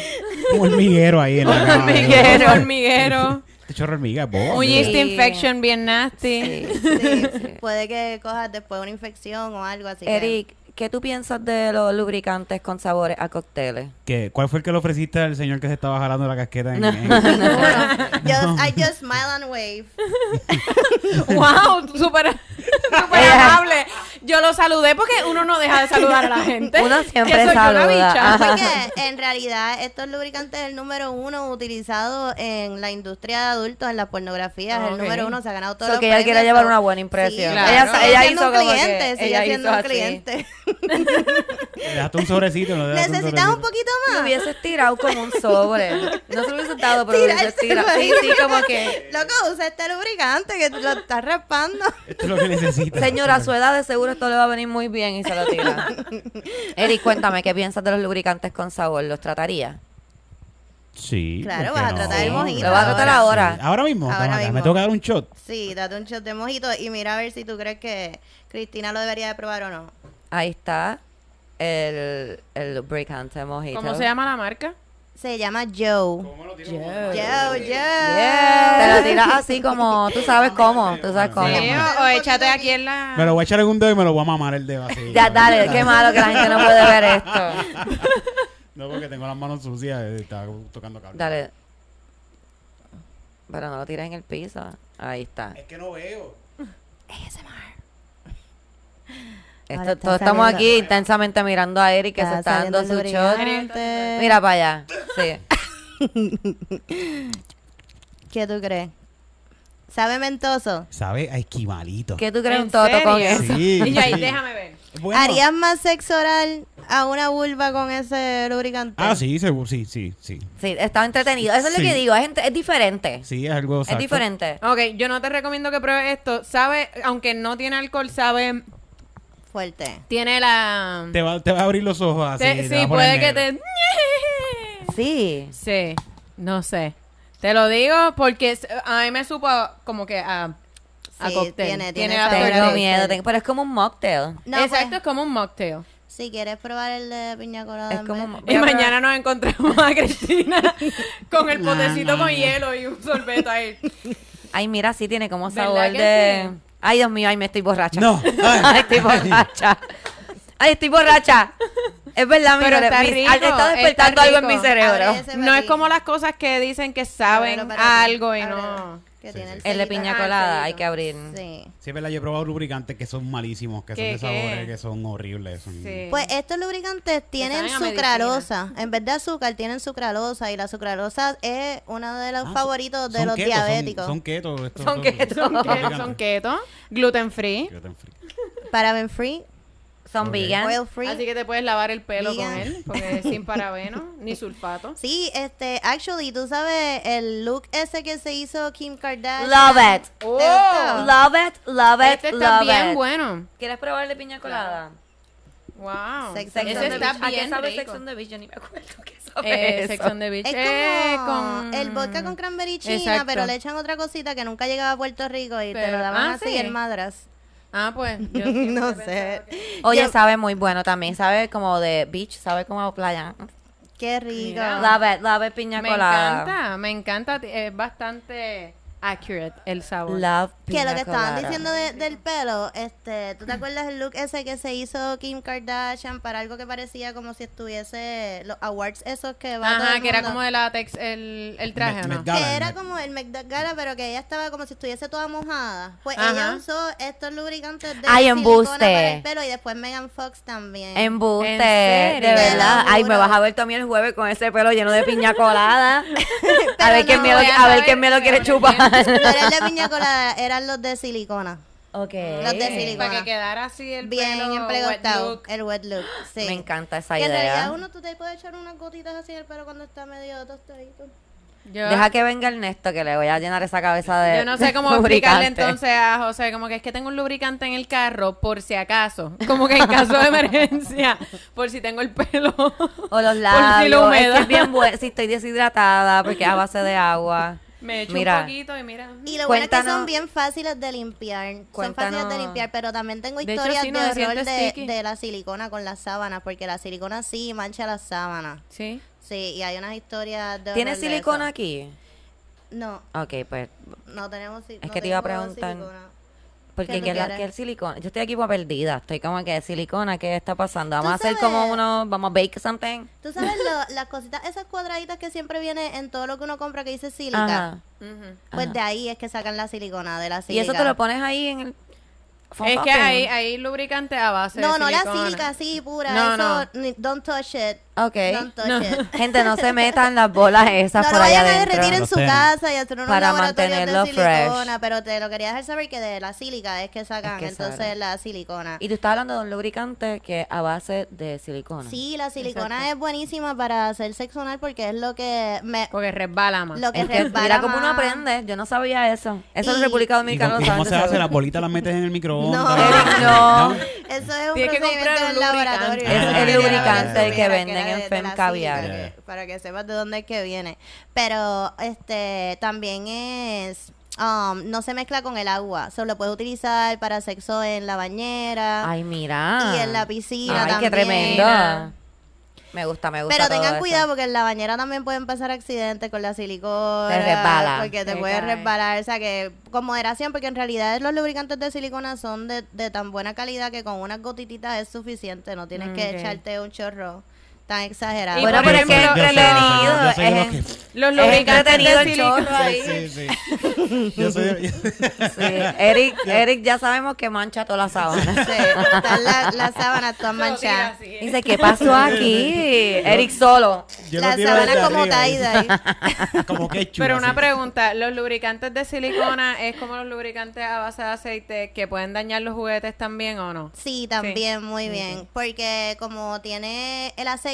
Speaker 5: Un hormiguero ahí en la cama.
Speaker 2: hormiguero. hormiguero.
Speaker 5: Este chorro de hormiga, bobo.
Speaker 2: Un yeast
Speaker 1: Sí.
Speaker 2: infection bien nasty.
Speaker 1: Sí,
Speaker 4: Sí,
Speaker 1: sí.
Speaker 4: Puede que cojas después una infección o algo así. que-
Speaker 1: Eric, ¿qué tú piensas de los lubricantes con sabores a cócteles?
Speaker 5: ¿Qué? ¿Cuál fue el que le ofreciste al señor que se estaba jalando la casqueta en, en-
Speaker 4: Just- I just smile and wave.
Speaker 2: Wow, super súper amable. Yo lo saludé porque uno no deja de saludar a la gente.
Speaker 1: Uno siempre
Speaker 2: Que soy yo la
Speaker 1: saluda,
Speaker 2: bicha.
Speaker 1: ajá.
Speaker 4: Porque en realidad estos lubricantes es el número uno utilizado en la industria de adultos, en la pornografía, es
Speaker 2: Ok.
Speaker 4: el número uno, se ha ganado todo
Speaker 1: So que ella quiere llevar una buena impresión.
Speaker 2: Claro.
Speaker 1: Ella, sa- ella hizo
Speaker 4: siendo un
Speaker 1: como que-
Speaker 4: cliente, sigue
Speaker 1: ella
Speaker 4: siendo
Speaker 1: hizo
Speaker 4: un
Speaker 1: así.
Speaker 4: cliente.
Speaker 5: Le dejaste un sobrecito. No le dejaste
Speaker 4: ¿Necesitas un
Speaker 5: sobrecito.
Speaker 4: poquito
Speaker 1: Lo
Speaker 4: más?
Speaker 1: hubiese estirado como un sobre. No se lo hubiese dado, pero lo hubiese
Speaker 4: Tirárselo
Speaker 1: estirado. Sí,
Speaker 4: ahí.
Speaker 1: sí, como que.
Speaker 4: Loco, usa este lubricante que lo estás raspando.
Speaker 5: Esto es lo que necesitas.
Speaker 1: Señora, a su edad de seguro esto le va a venir muy bien y se lo tira. Eric, cuéntame, ¿qué piensas de los lubricantes con sabor? ¿Los trataría?
Speaker 5: Sí.
Speaker 4: Claro,
Speaker 5: ¿por qué
Speaker 4: vas a tratar el
Speaker 5: no?
Speaker 4: mojito
Speaker 1: Lo vas a tratar
Speaker 5: Ahora,
Speaker 1: ahora.
Speaker 5: sí. Ahora mismo.
Speaker 4: Ahora
Speaker 5: Tamara,
Speaker 4: mismo.
Speaker 5: Me toca dar un shot.
Speaker 4: Sí, date un shot de mojito y mira a ver si tú crees que Cristina lo debería de probar o no.
Speaker 1: Ahí está el, el lubricante mojito.
Speaker 2: ¿Cómo se llama la marca?
Speaker 4: Se llama Joe. Joe, Joe.
Speaker 1: Te lo tiras así como, tú sabes cómo, tú sabes cómo.
Speaker 2: Sí, o, o échate aquí en la...
Speaker 5: Me lo voy a echar en un dedo y me lo voy a mamar el dedo así.
Speaker 1: Ya, dale, qué malo que la gente no puede ver esto.
Speaker 5: No, porque tengo las manos sucias. eh, Estaba tocando cable.
Speaker 1: Dale. Pero no lo tires en el piso. Ahí está.
Speaker 5: Es que no veo.
Speaker 1: Esto-
Speaker 4: Ahora está
Speaker 1: todos estamos
Speaker 4: saliendo.
Speaker 1: aquí intensamente mirando a Eric que se
Speaker 4: Está
Speaker 1: está
Speaker 4: saliendo
Speaker 1: dando su
Speaker 4: el
Speaker 1: shot.
Speaker 4: lubricante.
Speaker 1: Mira para allá. Sí.
Speaker 4: ¿Qué tú crees? ¿Sabe mentoso?
Speaker 5: Sabe a esquimalito.
Speaker 1: ¿Qué tú crees
Speaker 2: ¿En
Speaker 1: un toto con
Speaker 2: serio?
Speaker 1: eso?
Speaker 5: Sí.
Speaker 2: Y ahí,
Speaker 5: sí.
Speaker 2: déjame ver.
Speaker 5: Bueno.
Speaker 4: ¿Harías más sexo oral a una vulva con ese lubricante?
Speaker 5: Ah, sí, seguro. Sí, sí, sí.
Speaker 1: Sí, estaba entretenido. Eso es lo
Speaker 5: Sí.
Speaker 1: que digo. Es, ent- es diferente.
Speaker 5: Sí, es algo.
Speaker 1: es
Speaker 5: exacto.
Speaker 1: diferente.
Speaker 2: Ok, yo no te recomiendo que pruebes esto. Sabe, aunque no tiene alcohol, sabe...
Speaker 4: Fuerte.
Speaker 2: Tiene la...
Speaker 5: Te va, te va a abrir los ojos así.
Speaker 2: te-
Speaker 5: te va
Speaker 2: sí,
Speaker 5: a
Speaker 2: puede
Speaker 5: poner
Speaker 2: que
Speaker 5: negro.
Speaker 2: te...
Speaker 1: Sí.
Speaker 2: Sí, no sé. Te lo digo porque s- a mí me supo como que a, a
Speaker 4: Sí,
Speaker 2: cóctel.
Speaker 4: tiene- tiene
Speaker 2: after
Speaker 4: sabor a
Speaker 1: Tengo
Speaker 2: taste.
Speaker 1: miedo. tengo- pero es como un mocktail.
Speaker 4: No,
Speaker 2: Exacto,
Speaker 4: pues,
Speaker 2: es como un mocktail.
Speaker 4: si quieres probar el de piña colada.
Speaker 1: Es
Speaker 4: en
Speaker 1: como
Speaker 4: vez-
Speaker 1: mo-
Speaker 2: Y
Speaker 1: Voy a
Speaker 2: mañana nos encontramos a Cristina con el
Speaker 5: Nah,
Speaker 2: potecito
Speaker 5: nah,
Speaker 2: con
Speaker 5: nah.
Speaker 2: hielo y un sorbeto ahí.
Speaker 1: Ay, mira, sí tiene como
Speaker 2: ¿Verdad
Speaker 1: sabor
Speaker 2: que
Speaker 1: de.
Speaker 2: sí?
Speaker 1: Ay, Dios mío, ay, me estoy borracha.
Speaker 5: No. Ay.
Speaker 1: Ay, estoy borracha. Ay, estoy borracha. Es verdad, mi
Speaker 2: Pero
Speaker 1: cere-
Speaker 2: está
Speaker 1: mi-
Speaker 2: rico,
Speaker 1: al- está despertando
Speaker 2: está
Speaker 1: algo en
Speaker 2: rico.
Speaker 1: mi cerebro.
Speaker 4: Abre ese
Speaker 2: No es
Speaker 4: barril.
Speaker 2: como las cosas que dicen que saben
Speaker 4: Ábrelo, espérate.
Speaker 2: algo y
Speaker 4: Ábrelo,
Speaker 2: no.
Speaker 4: Que tiene el
Speaker 1: El de
Speaker 4: sellito.
Speaker 1: piña
Speaker 2: Ah,
Speaker 1: colada,
Speaker 2: el
Speaker 1: hay que abrir.
Speaker 4: Sí.
Speaker 5: Sí, es verdad, yo he probado lubricantes que son malísimos, que son
Speaker 2: ¿Qué,
Speaker 5: de sabores,
Speaker 2: qué?
Speaker 5: que son horribles. son-
Speaker 2: Sí.
Speaker 4: Pues estos lubricantes tienen
Speaker 2: saben a
Speaker 4: sucralosa. En vez de azúcar, tienen sucralosa. Y la sucralosa es uno de los
Speaker 5: Ah,
Speaker 4: favoritos de
Speaker 5: son
Speaker 4: los
Speaker 5: keto, son-
Speaker 4: diabéticos.
Speaker 5: Son keto. estos-
Speaker 1: Son
Speaker 5: estos-
Speaker 1: keto.
Speaker 2: son, keto,
Speaker 5: lubricantes.
Speaker 2: son keto, gluten free.
Speaker 5: Gluten free.
Speaker 4: Paraben free,
Speaker 1: Son
Speaker 5: Ok.
Speaker 1: vegan.
Speaker 4: oil free.
Speaker 2: Así que te puedes lavar el pelo con
Speaker 4: Vegan.
Speaker 2: él, porque es sin parabeno ni sulfato.
Speaker 4: Sí, este, actually, tú sabes el look ese que se hizo Kim Kardashian.
Speaker 1: Love it.
Speaker 2: Oh.
Speaker 4: ¿Te gustó?
Speaker 1: Love it, love it,
Speaker 2: Este está
Speaker 1: love
Speaker 2: bien
Speaker 1: it.
Speaker 2: bueno.
Speaker 1: ¿Quieres probar el de piña colada?
Speaker 2: Wow.
Speaker 4: Sex
Speaker 1: Sex
Speaker 4: Ese
Speaker 1: on the
Speaker 4: está
Speaker 1: Beach. ¿A qué sabe Sex on the Beach? Yo ni me acuerdo qué sabe
Speaker 2: Eh,
Speaker 1: eso.
Speaker 2: Sex on the Beach.
Speaker 4: Es
Speaker 2: Eh,
Speaker 4: como
Speaker 2: con-
Speaker 4: el vodka con cranberry china,
Speaker 2: Exacto.
Speaker 4: pero le echan otra cosita que nunca llegaba a Puerto Rico y te
Speaker 2: Pero-
Speaker 4: lo daban
Speaker 2: ah,
Speaker 4: así
Speaker 2: sí.
Speaker 4: en madras.
Speaker 2: Ah, pues. yo siempre
Speaker 4: no
Speaker 2: pensaba
Speaker 4: sé.
Speaker 2: que-
Speaker 1: Oye,
Speaker 4: Yo-
Speaker 1: sabe muy bueno también. Sabe como de beach, sabe como a playa.
Speaker 4: Qué rico.
Speaker 2: Mira. La-
Speaker 1: Love it, love it, piña
Speaker 2: Ah. Me
Speaker 1: colada.
Speaker 2: encanta, me encanta. Es bastante accurate el sabor.
Speaker 1: Love
Speaker 4: que lo
Speaker 1: piña
Speaker 4: que estaban
Speaker 1: colada.
Speaker 4: diciendo de- del pelo, este, ¿tú te acuerdas el look ese que se hizo Kim Kardashian para algo que parecía como si estuviese los awards esos que va todo
Speaker 2: Ajá,
Speaker 4: el
Speaker 2: que era
Speaker 4: mundo?
Speaker 2: como de látex el, el traje, ¿o
Speaker 5: Me-
Speaker 2: ¿no?
Speaker 5: me- Gala,
Speaker 4: que era
Speaker 5: Met-
Speaker 4: como el McDonald's Gala, pero que ella estaba como si estuviese toda mojada. Pues
Speaker 2: Ajá.
Speaker 4: ella usó estos lubricantes de
Speaker 1: Ay,
Speaker 4: silicona
Speaker 1: embuste. Em-
Speaker 4: para el pelo y después Megan Fox también.
Speaker 1: Embuste,
Speaker 2: ¿En
Speaker 1: de
Speaker 2: serio?
Speaker 1: verdad.
Speaker 4: Te lo
Speaker 1: Ay, me
Speaker 4: juro.
Speaker 1: vas a ver también el jueves con ese pelo lleno de piña colada. a ver
Speaker 4: no,
Speaker 1: quién me lo,
Speaker 2: voy a
Speaker 1: a ver quién
Speaker 2: saber
Speaker 1: me lo
Speaker 2: que
Speaker 1: quiere
Speaker 2: me
Speaker 1: chupar.
Speaker 4: No eran de piña colada, eran los de silicona.
Speaker 1: ok.
Speaker 4: Los de silicona.
Speaker 2: Para que quedara así el
Speaker 4: Bien
Speaker 2: pelo wet
Speaker 4: empregotado,
Speaker 2: look.
Speaker 4: el wet look. Sí.
Speaker 1: Me encanta esa
Speaker 4: Que en realidad
Speaker 1: idea.
Speaker 4: uno tú te puedes echar unas gotitas así en el pelo cuando está medio tostadito.
Speaker 2: Yo,
Speaker 1: Deja que venga Ernesto que le voy a llenar esa cabeza de.
Speaker 2: yo no sé cómo
Speaker 1: de
Speaker 2: explicarle
Speaker 1: lubricante.
Speaker 2: entonces a José, como que es que tengo un lubricante en el carro por si acaso, como que en caso de emergencia, por si tengo el pelo.
Speaker 1: O los
Speaker 2: Por si lo
Speaker 1: labios. es que
Speaker 2: húmeda.
Speaker 1: es bien bueno. Si estoy deshidratada, porque es a base de agua.
Speaker 2: Me echo
Speaker 1: Mira.
Speaker 2: un poquito y mira.
Speaker 4: Y lo bueno es que
Speaker 1: Cuéntanos-
Speaker 4: son bien fáciles de limpiar. Son fáciles
Speaker 1: cuéntanos-
Speaker 4: de limpiar, pero también tengo
Speaker 2: De hecho,
Speaker 4: historias
Speaker 2: sí,
Speaker 4: de,
Speaker 2: no se siente
Speaker 4: horror de,
Speaker 2: sticky.
Speaker 4: de la silicona con las sábanas, porque la silicona sí mancha las sábanas.
Speaker 2: Sí.
Speaker 4: Sí, y hay unas historias de
Speaker 1: ¿Tienes
Speaker 4: horror de
Speaker 1: silicona
Speaker 4: eso.
Speaker 1: aquí?
Speaker 4: No,
Speaker 1: Ok, pues.
Speaker 4: no tenemos si-
Speaker 1: Es
Speaker 4: no
Speaker 1: que te iba a
Speaker 4: tenemos
Speaker 1: preguntar.
Speaker 4: silicona.
Speaker 1: Porque
Speaker 4: ¿Qué tú
Speaker 1: que la,
Speaker 4: quieres?
Speaker 1: que el silicona, yo estoy aquí como perdida, estoy como que silicona, ¿qué está pasando?
Speaker 4: ¿Tú
Speaker 1: Vamos a hacer
Speaker 4: sabes?
Speaker 1: como uno, vamos a bake something.
Speaker 4: Tú sabes lo- las cositas, esas cuadraditas que siempre vienen en todo lo que uno compra que dice sílica.
Speaker 1: Ajá.
Speaker 2: Ujú.
Speaker 4: Pues
Speaker 1: Ajá.
Speaker 4: de ahí es que sacan la silicona de la sílica.
Speaker 1: Y eso te lo pones ahí en el... Fun
Speaker 2: es que
Speaker 1: popping.
Speaker 2: hay, hay lubricante a base
Speaker 4: No,
Speaker 2: de
Speaker 4: no la
Speaker 2: silicona.
Speaker 4: sílica así pura,
Speaker 2: No,
Speaker 4: eso, ni- don't touch it.
Speaker 1: Ok.
Speaker 4: Don't touch
Speaker 2: No.
Speaker 4: it.
Speaker 1: Gente, no se metan las bolas esas
Speaker 4: No
Speaker 1: por
Speaker 4: lo
Speaker 1: allá
Speaker 4: vayan a
Speaker 1: adentro.
Speaker 4: derretir en
Speaker 5: Los
Speaker 4: su
Speaker 5: tenis.
Speaker 4: casa y hacer unos
Speaker 1: Para
Speaker 4: laboratorios de
Speaker 1: mantenerlo
Speaker 4: silicona,
Speaker 1: fresh.
Speaker 4: pero te lo quería dejar saber que de la sílica es que sacan,
Speaker 1: Es que
Speaker 4: entonces
Speaker 1: saben.
Speaker 4: la silicona.
Speaker 1: Y tú estás hablando de un lubricante que es a base de silicona.
Speaker 4: Sí, la silicona es buenísima para hacer sexo anal porque es lo que me
Speaker 2: Porque resbala más.
Speaker 4: lo que
Speaker 1: Es que
Speaker 4: resbala
Speaker 1: mira cómo uno
Speaker 4: más.
Speaker 1: aprende. Yo no sabía eso. Eso en
Speaker 4: Y-
Speaker 1: República
Speaker 5: ¿Y
Speaker 1: Dominicana
Speaker 5: cómo,
Speaker 1: lo
Speaker 5: y cómo
Speaker 1: saben.
Speaker 5: se hace?
Speaker 1: seguro.
Speaker 5: ¿Las bolitas las metes en el microondas?
Speaker 4: No.
Speaker 1: Eric, no.
Speaker 4: Eso es un
Speaker 2: Tienes que
Speaker 4: procedimiento
Speaker 2: comprar
Speaker 4: en
Speaker 2: un
Speaker 4: laboratorio.
Speaker 1: lubricante.
Speaker 5: Es el
Speaker 4: Yo
Speaker 5: lubricante
Speaker 4: también
Speaker 5: que
Speaker 4: supiera
Speaker 1: venden
Speaker 4: era
Speaker 1: en
Speaker 4: de- de
Speaker 1: Fem
Speaker 4: la
Speaker 1: Caviar.
Speaker 4: sílica,
Speaker 5: Yeah.
Speaker 4: que- Para que sepas de dónde es que viene. Pero este también es um, no se mezcla con el agua. Solo lo puedes utilizar para sexo en la bañera.
Speaker 1: Ay, mira.
Speaker 4: Ah. Y en la piscina
Speaker 1: Ay, qué
Speaker 4: también.
Speaker 1: tremendo. Me gusta, me gusta.
Speaker 4: Pero
Speaker 1: todo
Speaker 4: tengan
Speaker 1: eso.
Speaker 4: cuidado porque en la bañera también pueden pasar accidentes con la silicona.
Speaker 1: Te resbala.
Speaker 4: Porque te
Speaker 2: Te
Speaker 4: puede
Speaker 2: cae.
Speaker 4: resbalar. O sea que con moderación, porque en realidad los lubricantes de silicona son de, de tan buena calidad que con unas gotititas es suficiente. No tienes
Speaker 2: Ok.
Speaker 4: que echarte un chorro tan exagerado.
Speaker 2: Y
Speaker 1: Bueno,
Speaker 2: por
Speaker 1: pero es
Speaker 2: ejemplo,
Speaker 1: que es
Speaker 2: yo soy-
Speaker 1: entretenido.
Speaker 5: yo soy de los
Speaker 1: es-
Speaker 2: Los
Speaker 1: Es
Speaker 2: lubricantes
Speaker 1: entretenido
Speaker 2: de
Speaker 1: el
Speaker 2: silicona
Speaker 1: chorro ahí.
Speaker 2: ahí.
Speaker 5: Yo soy-
Speaker 1: sí. Eric, Eric ya sabemos que mancha toda la sábana.
Speaker 4: Sí, están la- las sábanas todas
Speaker 2: Lo tira
Speaker 4: manchadas.
Speaker 2: así.
Speaker 1: Dice, ¿qué pasó aquí? Eric solo.
Speaker 5: yo lo
Speaker 4: Las
Speaker 5: tiro desde
Speaker 4: sábanas como
Speaker 5: arriba, ¿eh?
Speaker 4: caídas.
Speaker 5: Como ketchup.
Speaker 2: Pero una
Speaker 5: así.
Speaker 2: pregunta, los lubricantes de silicona es como los lubricantes a base de aceite que pueden dañar los juguetes también o no?
Speaker 4: Sí, también, muy bien. Porque como tiene el aceite,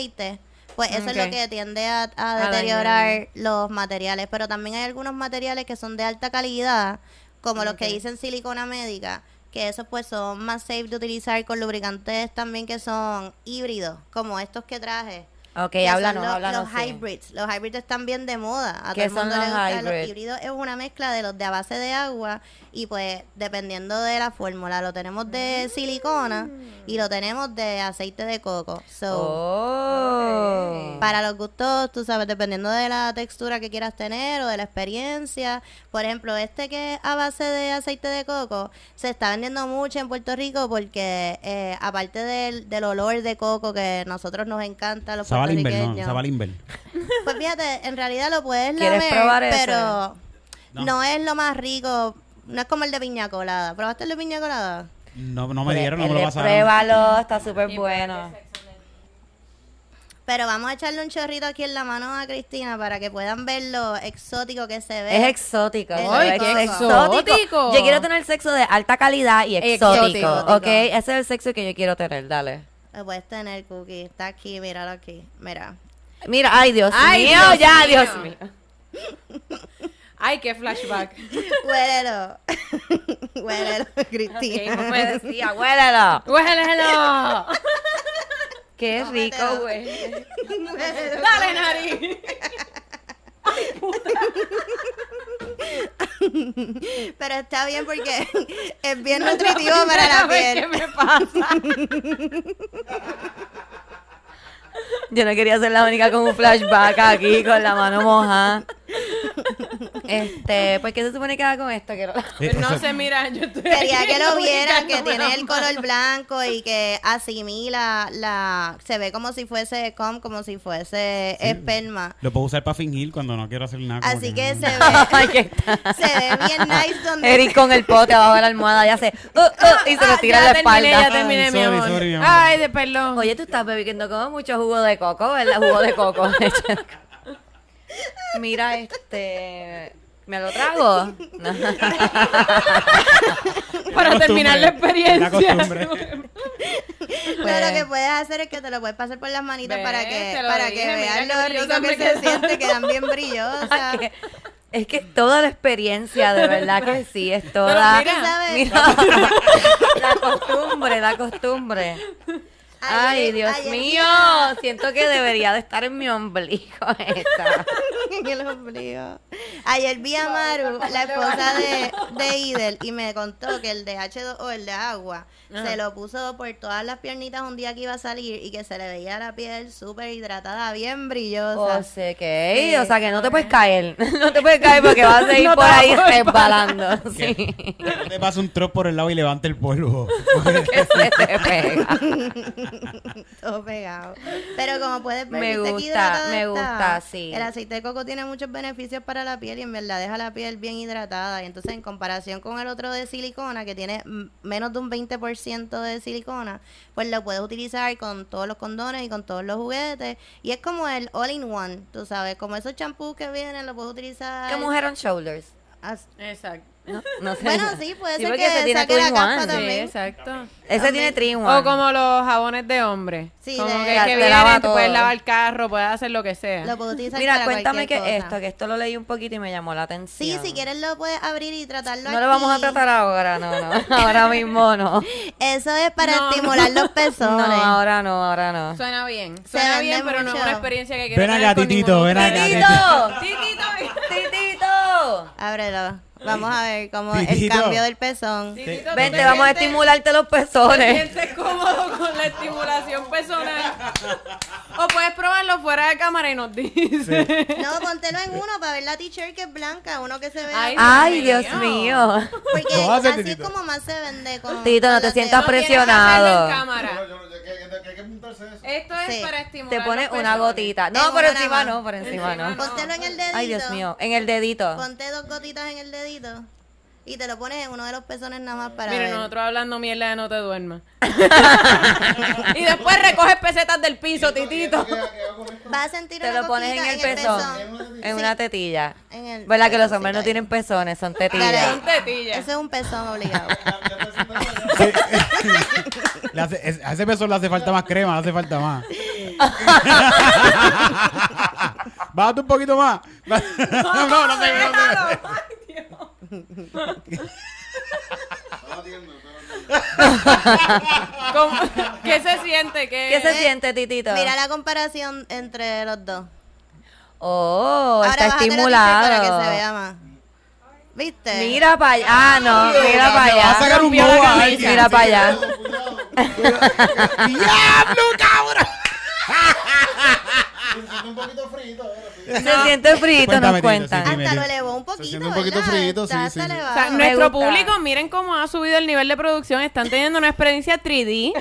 Speaker 4: pues eso es
Speaker 2: Ok.
Speaker 4: lo que tiende a, a
Speaker 2: A
Speaker 4: deteriorar los materiales. Pero también hay algunos materiales que son de alta calidad, como los que dicen silicona médica, que esos pues son más safe de utilizar con lubricantes también que son híbridos, como estos que traje.
Speaker 1: Ok,
Speaker 4: que son
Speaker 1: háblanos,
Speaker 4: los,
Speaker 1: háblanos.
Speaker 4: los
Speaker 1: sí.
Speaker 4: hybrids. Los hybrids están bien de moda. A
Speaker 1: ¿Qué
Speaker 4: todo el mundo
Speaker 1: son
Speaker 4: le
Speaker 1: los
Speaker 4: gusta. Los
Speaker 1: hybrids?
Speaker 4: híbridos es una mezcla de los de a base de agua y pues dependiendo de la fórmula, lo tenemos
Speaker 1: Mm.
Speaker 4: de silicona y lo tenemos de aceite de coco. So,
Speaker 1: Oh.
Speaker 4: para los gustos, tú sabes, dependiendo de la textura que quieras tener o de la experiencia. Por ejemplo, este que es a base de aceite de coco, se está vendiendo mucho en Puerto Rico porque eh, aparte del, del olor de coco que nosotros nos encanta, a los
Speaker 5: Sabal Inver,
Speaker 4: puertorriqueños.
Speaker 5: no. Sabal Inver.
Speaker 4: Pues fíjate, en realidad lo puedes
Speaker 1: ¿Quieres
Speaker 4: lamer,
Speaker 1: probar ese?
Speaker 4: pero
Speaker 5: No.
Speaker 4: no. es lo más rico. No es como el de piña colada. ¿Probaste el de piña colada?
Speaker 5: No, no me dieron, no
Speaker 1: Él
Speaker 5: me lo
Speaker 1: le
Speaker 5: pasaron.
Speaker 1: Pruébalo, está súper bueno.
Speaker 4: Pero vamos a echarle un chorrito aquí en la mano a Cristina para que puedan ver lo exótico que se ve.
Speaker 1: Es exótico.
Speaker 4: Ay,
Speaker 1: ¿sabes?
Speaker 4: qué
Speaker 1: Es
Speaker 2: exótico.
Speaker 1: Yo quiero tener sexo de alta calidad y exótico,
Speaker 2: Exótico.
Speaker 1: ¿ok? Ese es el sexo que yo quiero tener, dale.
Speaker 4: Lo puedes tener, Cookie. Está aquí, míralo aquí. Mira.
Speaker 1: Mira, ay, Dios
Speaker 2: Ay,
Speaker 1: mío,
Speaker 2: Dios
Speaker 1: ya,
Speaker 2: mío.
Speaker 1: Dios mío.
Speaker 2: Ay, qué flashback.
Speaker 4: Huélelo. Huélelo, Cristina.
Speaker 2: Ok,
Speaker 1: Me decía, huélelo.
Speaker 2: ¡Huélelo!
Speaker 1: Qué rico,
Speaker 4: Tómatelo.
Speaker 1: güey.
Speaker 4: Huélelo.
Speaker 2: ¡Dale, nariz!
Speaker 4: Pero está bien porque es bien nutritivo para la
Speaker 2: ¿Qué
Speaker 4: piel.
Speaker 2: me pasa?
Speaker 1: Yo no quería ser la única con un flashback aquí, con la mano moja. Este, pues, ¿qué se supone que haga con esto? Quiero-
Speaker 5: Eh,
Speaker 2: No
Speaker 5: eso-
Speaker 2: sé, mira, yo estoy
Speaker 4: Quería
Speaker 2: aquí
Speaker 4: que lo vieran, que
Speaker 2: lubricándome
Speaker 4: tiene el
Speaker 2: la
Speaker 4: color
Speaker 2: mano.
Speaker 4: blanco y que asimila la... Se ve como si fuese com, como si fuese esperma.
Speaker 5: Lo puedo usar para fingir cuando no quiero hacer nada. como
Speaker 4: Así que se
Speaker 1: Ay,
Speaker 4: ve,
Speaker 1: que está.
Speaker 4: se ve bien nice donde...
Speaker 1: Eric con el pote abajo de la almohada y hace "Uh, uh", y se lo
Speaker 2: Ah,
Speaker 1: tira en
Speaker 2: ya
Speaker 1: la espalda.
Speaker 2: terminé, Ya terminé,
Speaker 5: Ay,
Speaker 2: mi,
Speaker 5: sorry,
Speaker 2: amor.
Speaker 5: sorry, mi amor.
Speaker 2: Ay, de perdón.
Speaker 1: Oye, tú estás bebiendo como mucho jugo de coco, ¿verdad? Jugo de coco. Mira, este. ¿Me lo trago? No.
Speaker 2: para
Speaker 5: La
Speaker 2: terminar la
Speaker 5: costumbre,
Speaker 2: experiencia.
Speaker 5: la costumbre.
Speaker 4: Pero lo que puedes hacer es que te lo puedes pasar por las manitas
Speaker 2: Ve,
Speaker 4: para que,
Speaker 2: te lo
Speaker 4: para
Speaker 2: dije,
Speaker 4: que
Speaker 2: mira
Speaker 4: vean
Speaker 2: que
Speaker 4: lo
Speaker 2: brillosa
Speaker 4: rico
Speaker 2: me
Speaker 4: que
Speaker 2: quedó.
Speaker 4: se siente, quedan bien brillosas.
Speaker 1: Que- es que toda la experiencia, de verdad que sí, es toda.
Speaker 2: Pero mira.
Speaker 1: Mira, la costumbre, la costumbre. Ay,
Speaker 4: Ayer-
Speaker 1: Dios
Speaker 4: ayer-
Speaker 1: mío, siento que debería de estar en mi ombligo esta.
Speaker 4: en el ombligo. Ayer vi a Maru, la esposa de, de Idel, y me contó que el de H2O, el de agua, se lo puso por todas las piernitas un día que iba a salir y que se le veía la piel súper hidratada, bien brillosa.
Speaker 1: O sea que, o sea que no te puedes caer, no te puedes caer porque vas a seguir
Speaker 2: No te
Speaker 1: por
Speaker 2: vas a
Speaker 1: ahí
Speaker 2: poder
Speaker 1: resbalando. Sí.
Speaker 5: No te pasa un trop por el lado y levanta el polvo.
Speaker 1: que se te pega.
Speaker 4: Todo pegado. Pero como puedes ver,
Speaker 1: Me
Speaker 4: viste que
Speaker 1: gusta,
Speaker 4: hidratada
Speaker 1: me
Speaker 4: está.
Speaker 1: gusta, sí.
Speaker 4: El aceite de coco tiene muchos beneficios para la piel y en verdad deja la piel bien hidratada. Y entonces, en comparación con el otro de silicona, que tiene mm, menos de un 20% de silicona, pues lo puedes utilizar con todos los condones y con todos los juguetes. Y es como el all-in-one, tú sabes, como esos champús que vienen, lo puedes utilizar.
Speaker 1: Que mujer on shoulders.
Speaker 4: as-
Speaker 2: Exacto.
Speaker 1: No, no sé.
Speaker 4: Bueno, sí, puede
Speaker 1: Sí,
Speaker 4: ser
Speaker 1: porque
Speaker 4: que
Speaker 1: ese tiene
Speaker 4: saque la
Speaker 1: two in
Speaker 4: capa
Speaker 1: one.
Speaker 2: Sí,
Speaker 4: también.
Speaker 2: exacto.
Speaker 1: Ese tiene three in one.
Speaker 2: O como los jabones de hombre.
Speaker 4: Sí,
Speaker 2: como
Speaker 4: de-
Speaker 2: que,
Speaker 1: Te
Speaker 2: que
Speaker 1: lava
Speaker 2: vienen, tú puedes
Speaker 1: todo.
Speaker 2: lavar el carro, puedes hacer lo que sea.
Speaker 4: Lo puedes utilizar
Speaker 1: Mira,
Speaker 4: para
Speaker 1: cuéntame qué
Speaker 4: cualquier
Speaker 1: es esto,
Speaker 4: cosa.
Speaker 1: que esto lo leí un poquito y me llamó la atención.
Speaker 4: Sí, si quieres lo puedes abrir y tratarlo
Speaker 1: No lo vamos a
Speaker 4: aquí.
Speaker 1: tratar ahora, no, no. Ahora mismo no.
Speaker 4: Eso es para
Speaker 2: No,
Speaker 4: estimular los
Speaker 1: No,
Speaker 4: pezones.
Speaker 1: ahora no, ahora no.
Speaker 2: Suena bien. Suena
Speaker 4: vende
Speaker 2: bien, pero no es
Speaker 4: mucho.
Speaker 2: una experiencia que quiero
Speaker 5: Ven
Speaker 2: tener
Speaker 5: acá,
Speaker 2: con
Speaker 5: Titito,
Speaker 2: ningún
Speaker 5: ven
Speaker 2: otro. ¡Titito!
Speaker 5: acá,
Speaker 2: ¡Titito!
Speaker 1: ¡Titito!
Speaker 4: Ábrelo. Vamos a ver cómo el
Speaker 5: Titito.
Speaker 4: cambio del pezón.
Speaker 2: Titito, ¿tú
Speaker 1: Vente,
Speaker 2: te
Speaker 1: vamos a
Speaker 2: sientes-
Speaker 1: estimularte los
Speaker 2: ¿Te
Speaker 1: pezones.
Speaker 2: sientes cómodo con la estimulación personal? O puedes probarlo fuera de cámara y nos dices.
Speaker 4: No, póntelo en uno para ver la t-shirt que es blanca, uno que se ve.
Speaker 2: Ay,
Speaker 1: Ay,
Speaker 2: Dios
Speaker 1: Dios
Speaker 2: mío.
Speaker 1: mío.
Speaker 4: porque
Speaker 5: Lo hace,
Speaker 4: así es
Speaker 5: Titito.
Speaker 4: como más se vende. Con,
Speaker 1: Tito,
Speaker 4: con
Speaker 1: no te
Speaker 4: los
Speaker 1: sientas
Speaker 4: dedos.
Speaker 1: pre-
Speaker 2: presionado.
Speaker 1: presionado.
Speaker 6: hay que apuntarse a eso.
Speaker 2: Esto es
Speaker 4: Sí.
Speaker 2: para estimular.
Speaker 1: Te pones
Speaker 2: los
Speaker 1: una
Speaker 2: pezones.
Speaker 1: gotita.
Speaker 4: En
Speaker 1: No, por
Speaker 4: una
Speaker 1: encima
Speaker 4: nada.
Speaker 1: no, por encima
Speaker 2: Encima
Speaker 1: no.
Speaker 2: no.
Speaker 4: Póntelo en el dedito.
Speaker 1: Ay, Dios mío. En el dedito.
Speaker 4: Ponte dos gotitas en el dedito y te lo pones en uno de los pezones nada más para
Speaker 2: Mira,
Speaker 4: ver.
Speaker 2: nosotros hablando mierda de no te duermas. y después recoges pesetas del piso, titito.
Speaker 6: ¿Qué- qué hago con esto?
Speaker 4: Vas a sentir
Speaker 1: Te
Speaker 4: una
Speaker 1: lo pones en
Speaker 4: cosquillita
Speaker 1: el pezón. En una
Speaker 4: Sí,
Speaker 1: tetilla.
Speaker 4: en el-
Speaker 1: ¿Verdad que los
Speaker 4: sí,
Speaker 1: hombres no
Speaker 4: ahí.
Speaker 1: tienen pezones, son
Speaker 4: Dale.
Speaker 1: tetillas?
Speaker 2: Son tetillas.
Speaker 4: Eso es un pezón obligado.
Speaker 6: Ya- ya está sentado, ya.
Speaker 5: Le hace- es- a ese peso le hace falta más crema, le hace falta más. Bájate un poquito más. No, no, no se ve, no se ve.
Speaker 6: No atiendo, no atiendo.
Speaker 2: ¿Cómo- ¿Qué se siente? ¿Qué,
Speaker 1: ¿Qué se siente, Titito?
Speaker 4: Mira la comparación entre los dos.
Speaker 1: Oh,
Speaker 4: Ahora
Speaker 1: está
Speaker 4: bájatelo dice, Para que se vea
Speaker 1: estimulado.
Speaker 4: más. ¿Viste?
Speaker 1: Mira para allá. Ah, no, mira para
Speaker 5: Le va a sacar
Speaker 1: allá.
Speaker 5: un
Speaker 2: Rompió la
Speaker 5: bobo a
Speaker 2: camisa.
Speaker 5: alguien.
Speaker 1: Mira para allá.
Speaker 6: Cuidado, cuidado.
Speaker 5: ¡Diablo, cabrón!
Speaker 6: Me siento un poquito frito ahora. sí.
Speaker 1: Se siente frito, nos
Speaker 5: Cuéntame, Tito, sí,
Speaker 1: cuentan.
Speaker 5: dime.
Speaker 4: Hasta lo elevó un poquito.
Speaker 6: siente un poquito
Speaker 4: ¿verdad?
Speaker 6: frito, sí,
Speaker 4: Está
Speaker 6: sí,
Speaker 4: hasta
Speaker 6: sí.
Speaker 2: O sea,
Speaker 4: elevado.
Speaker 1: me
Speaker 2: nuestro
Speaker 1: gusta.
Speaker 2: público, miren cómo ha subido el nivel de producción. Están teniendo una experiencia 3D.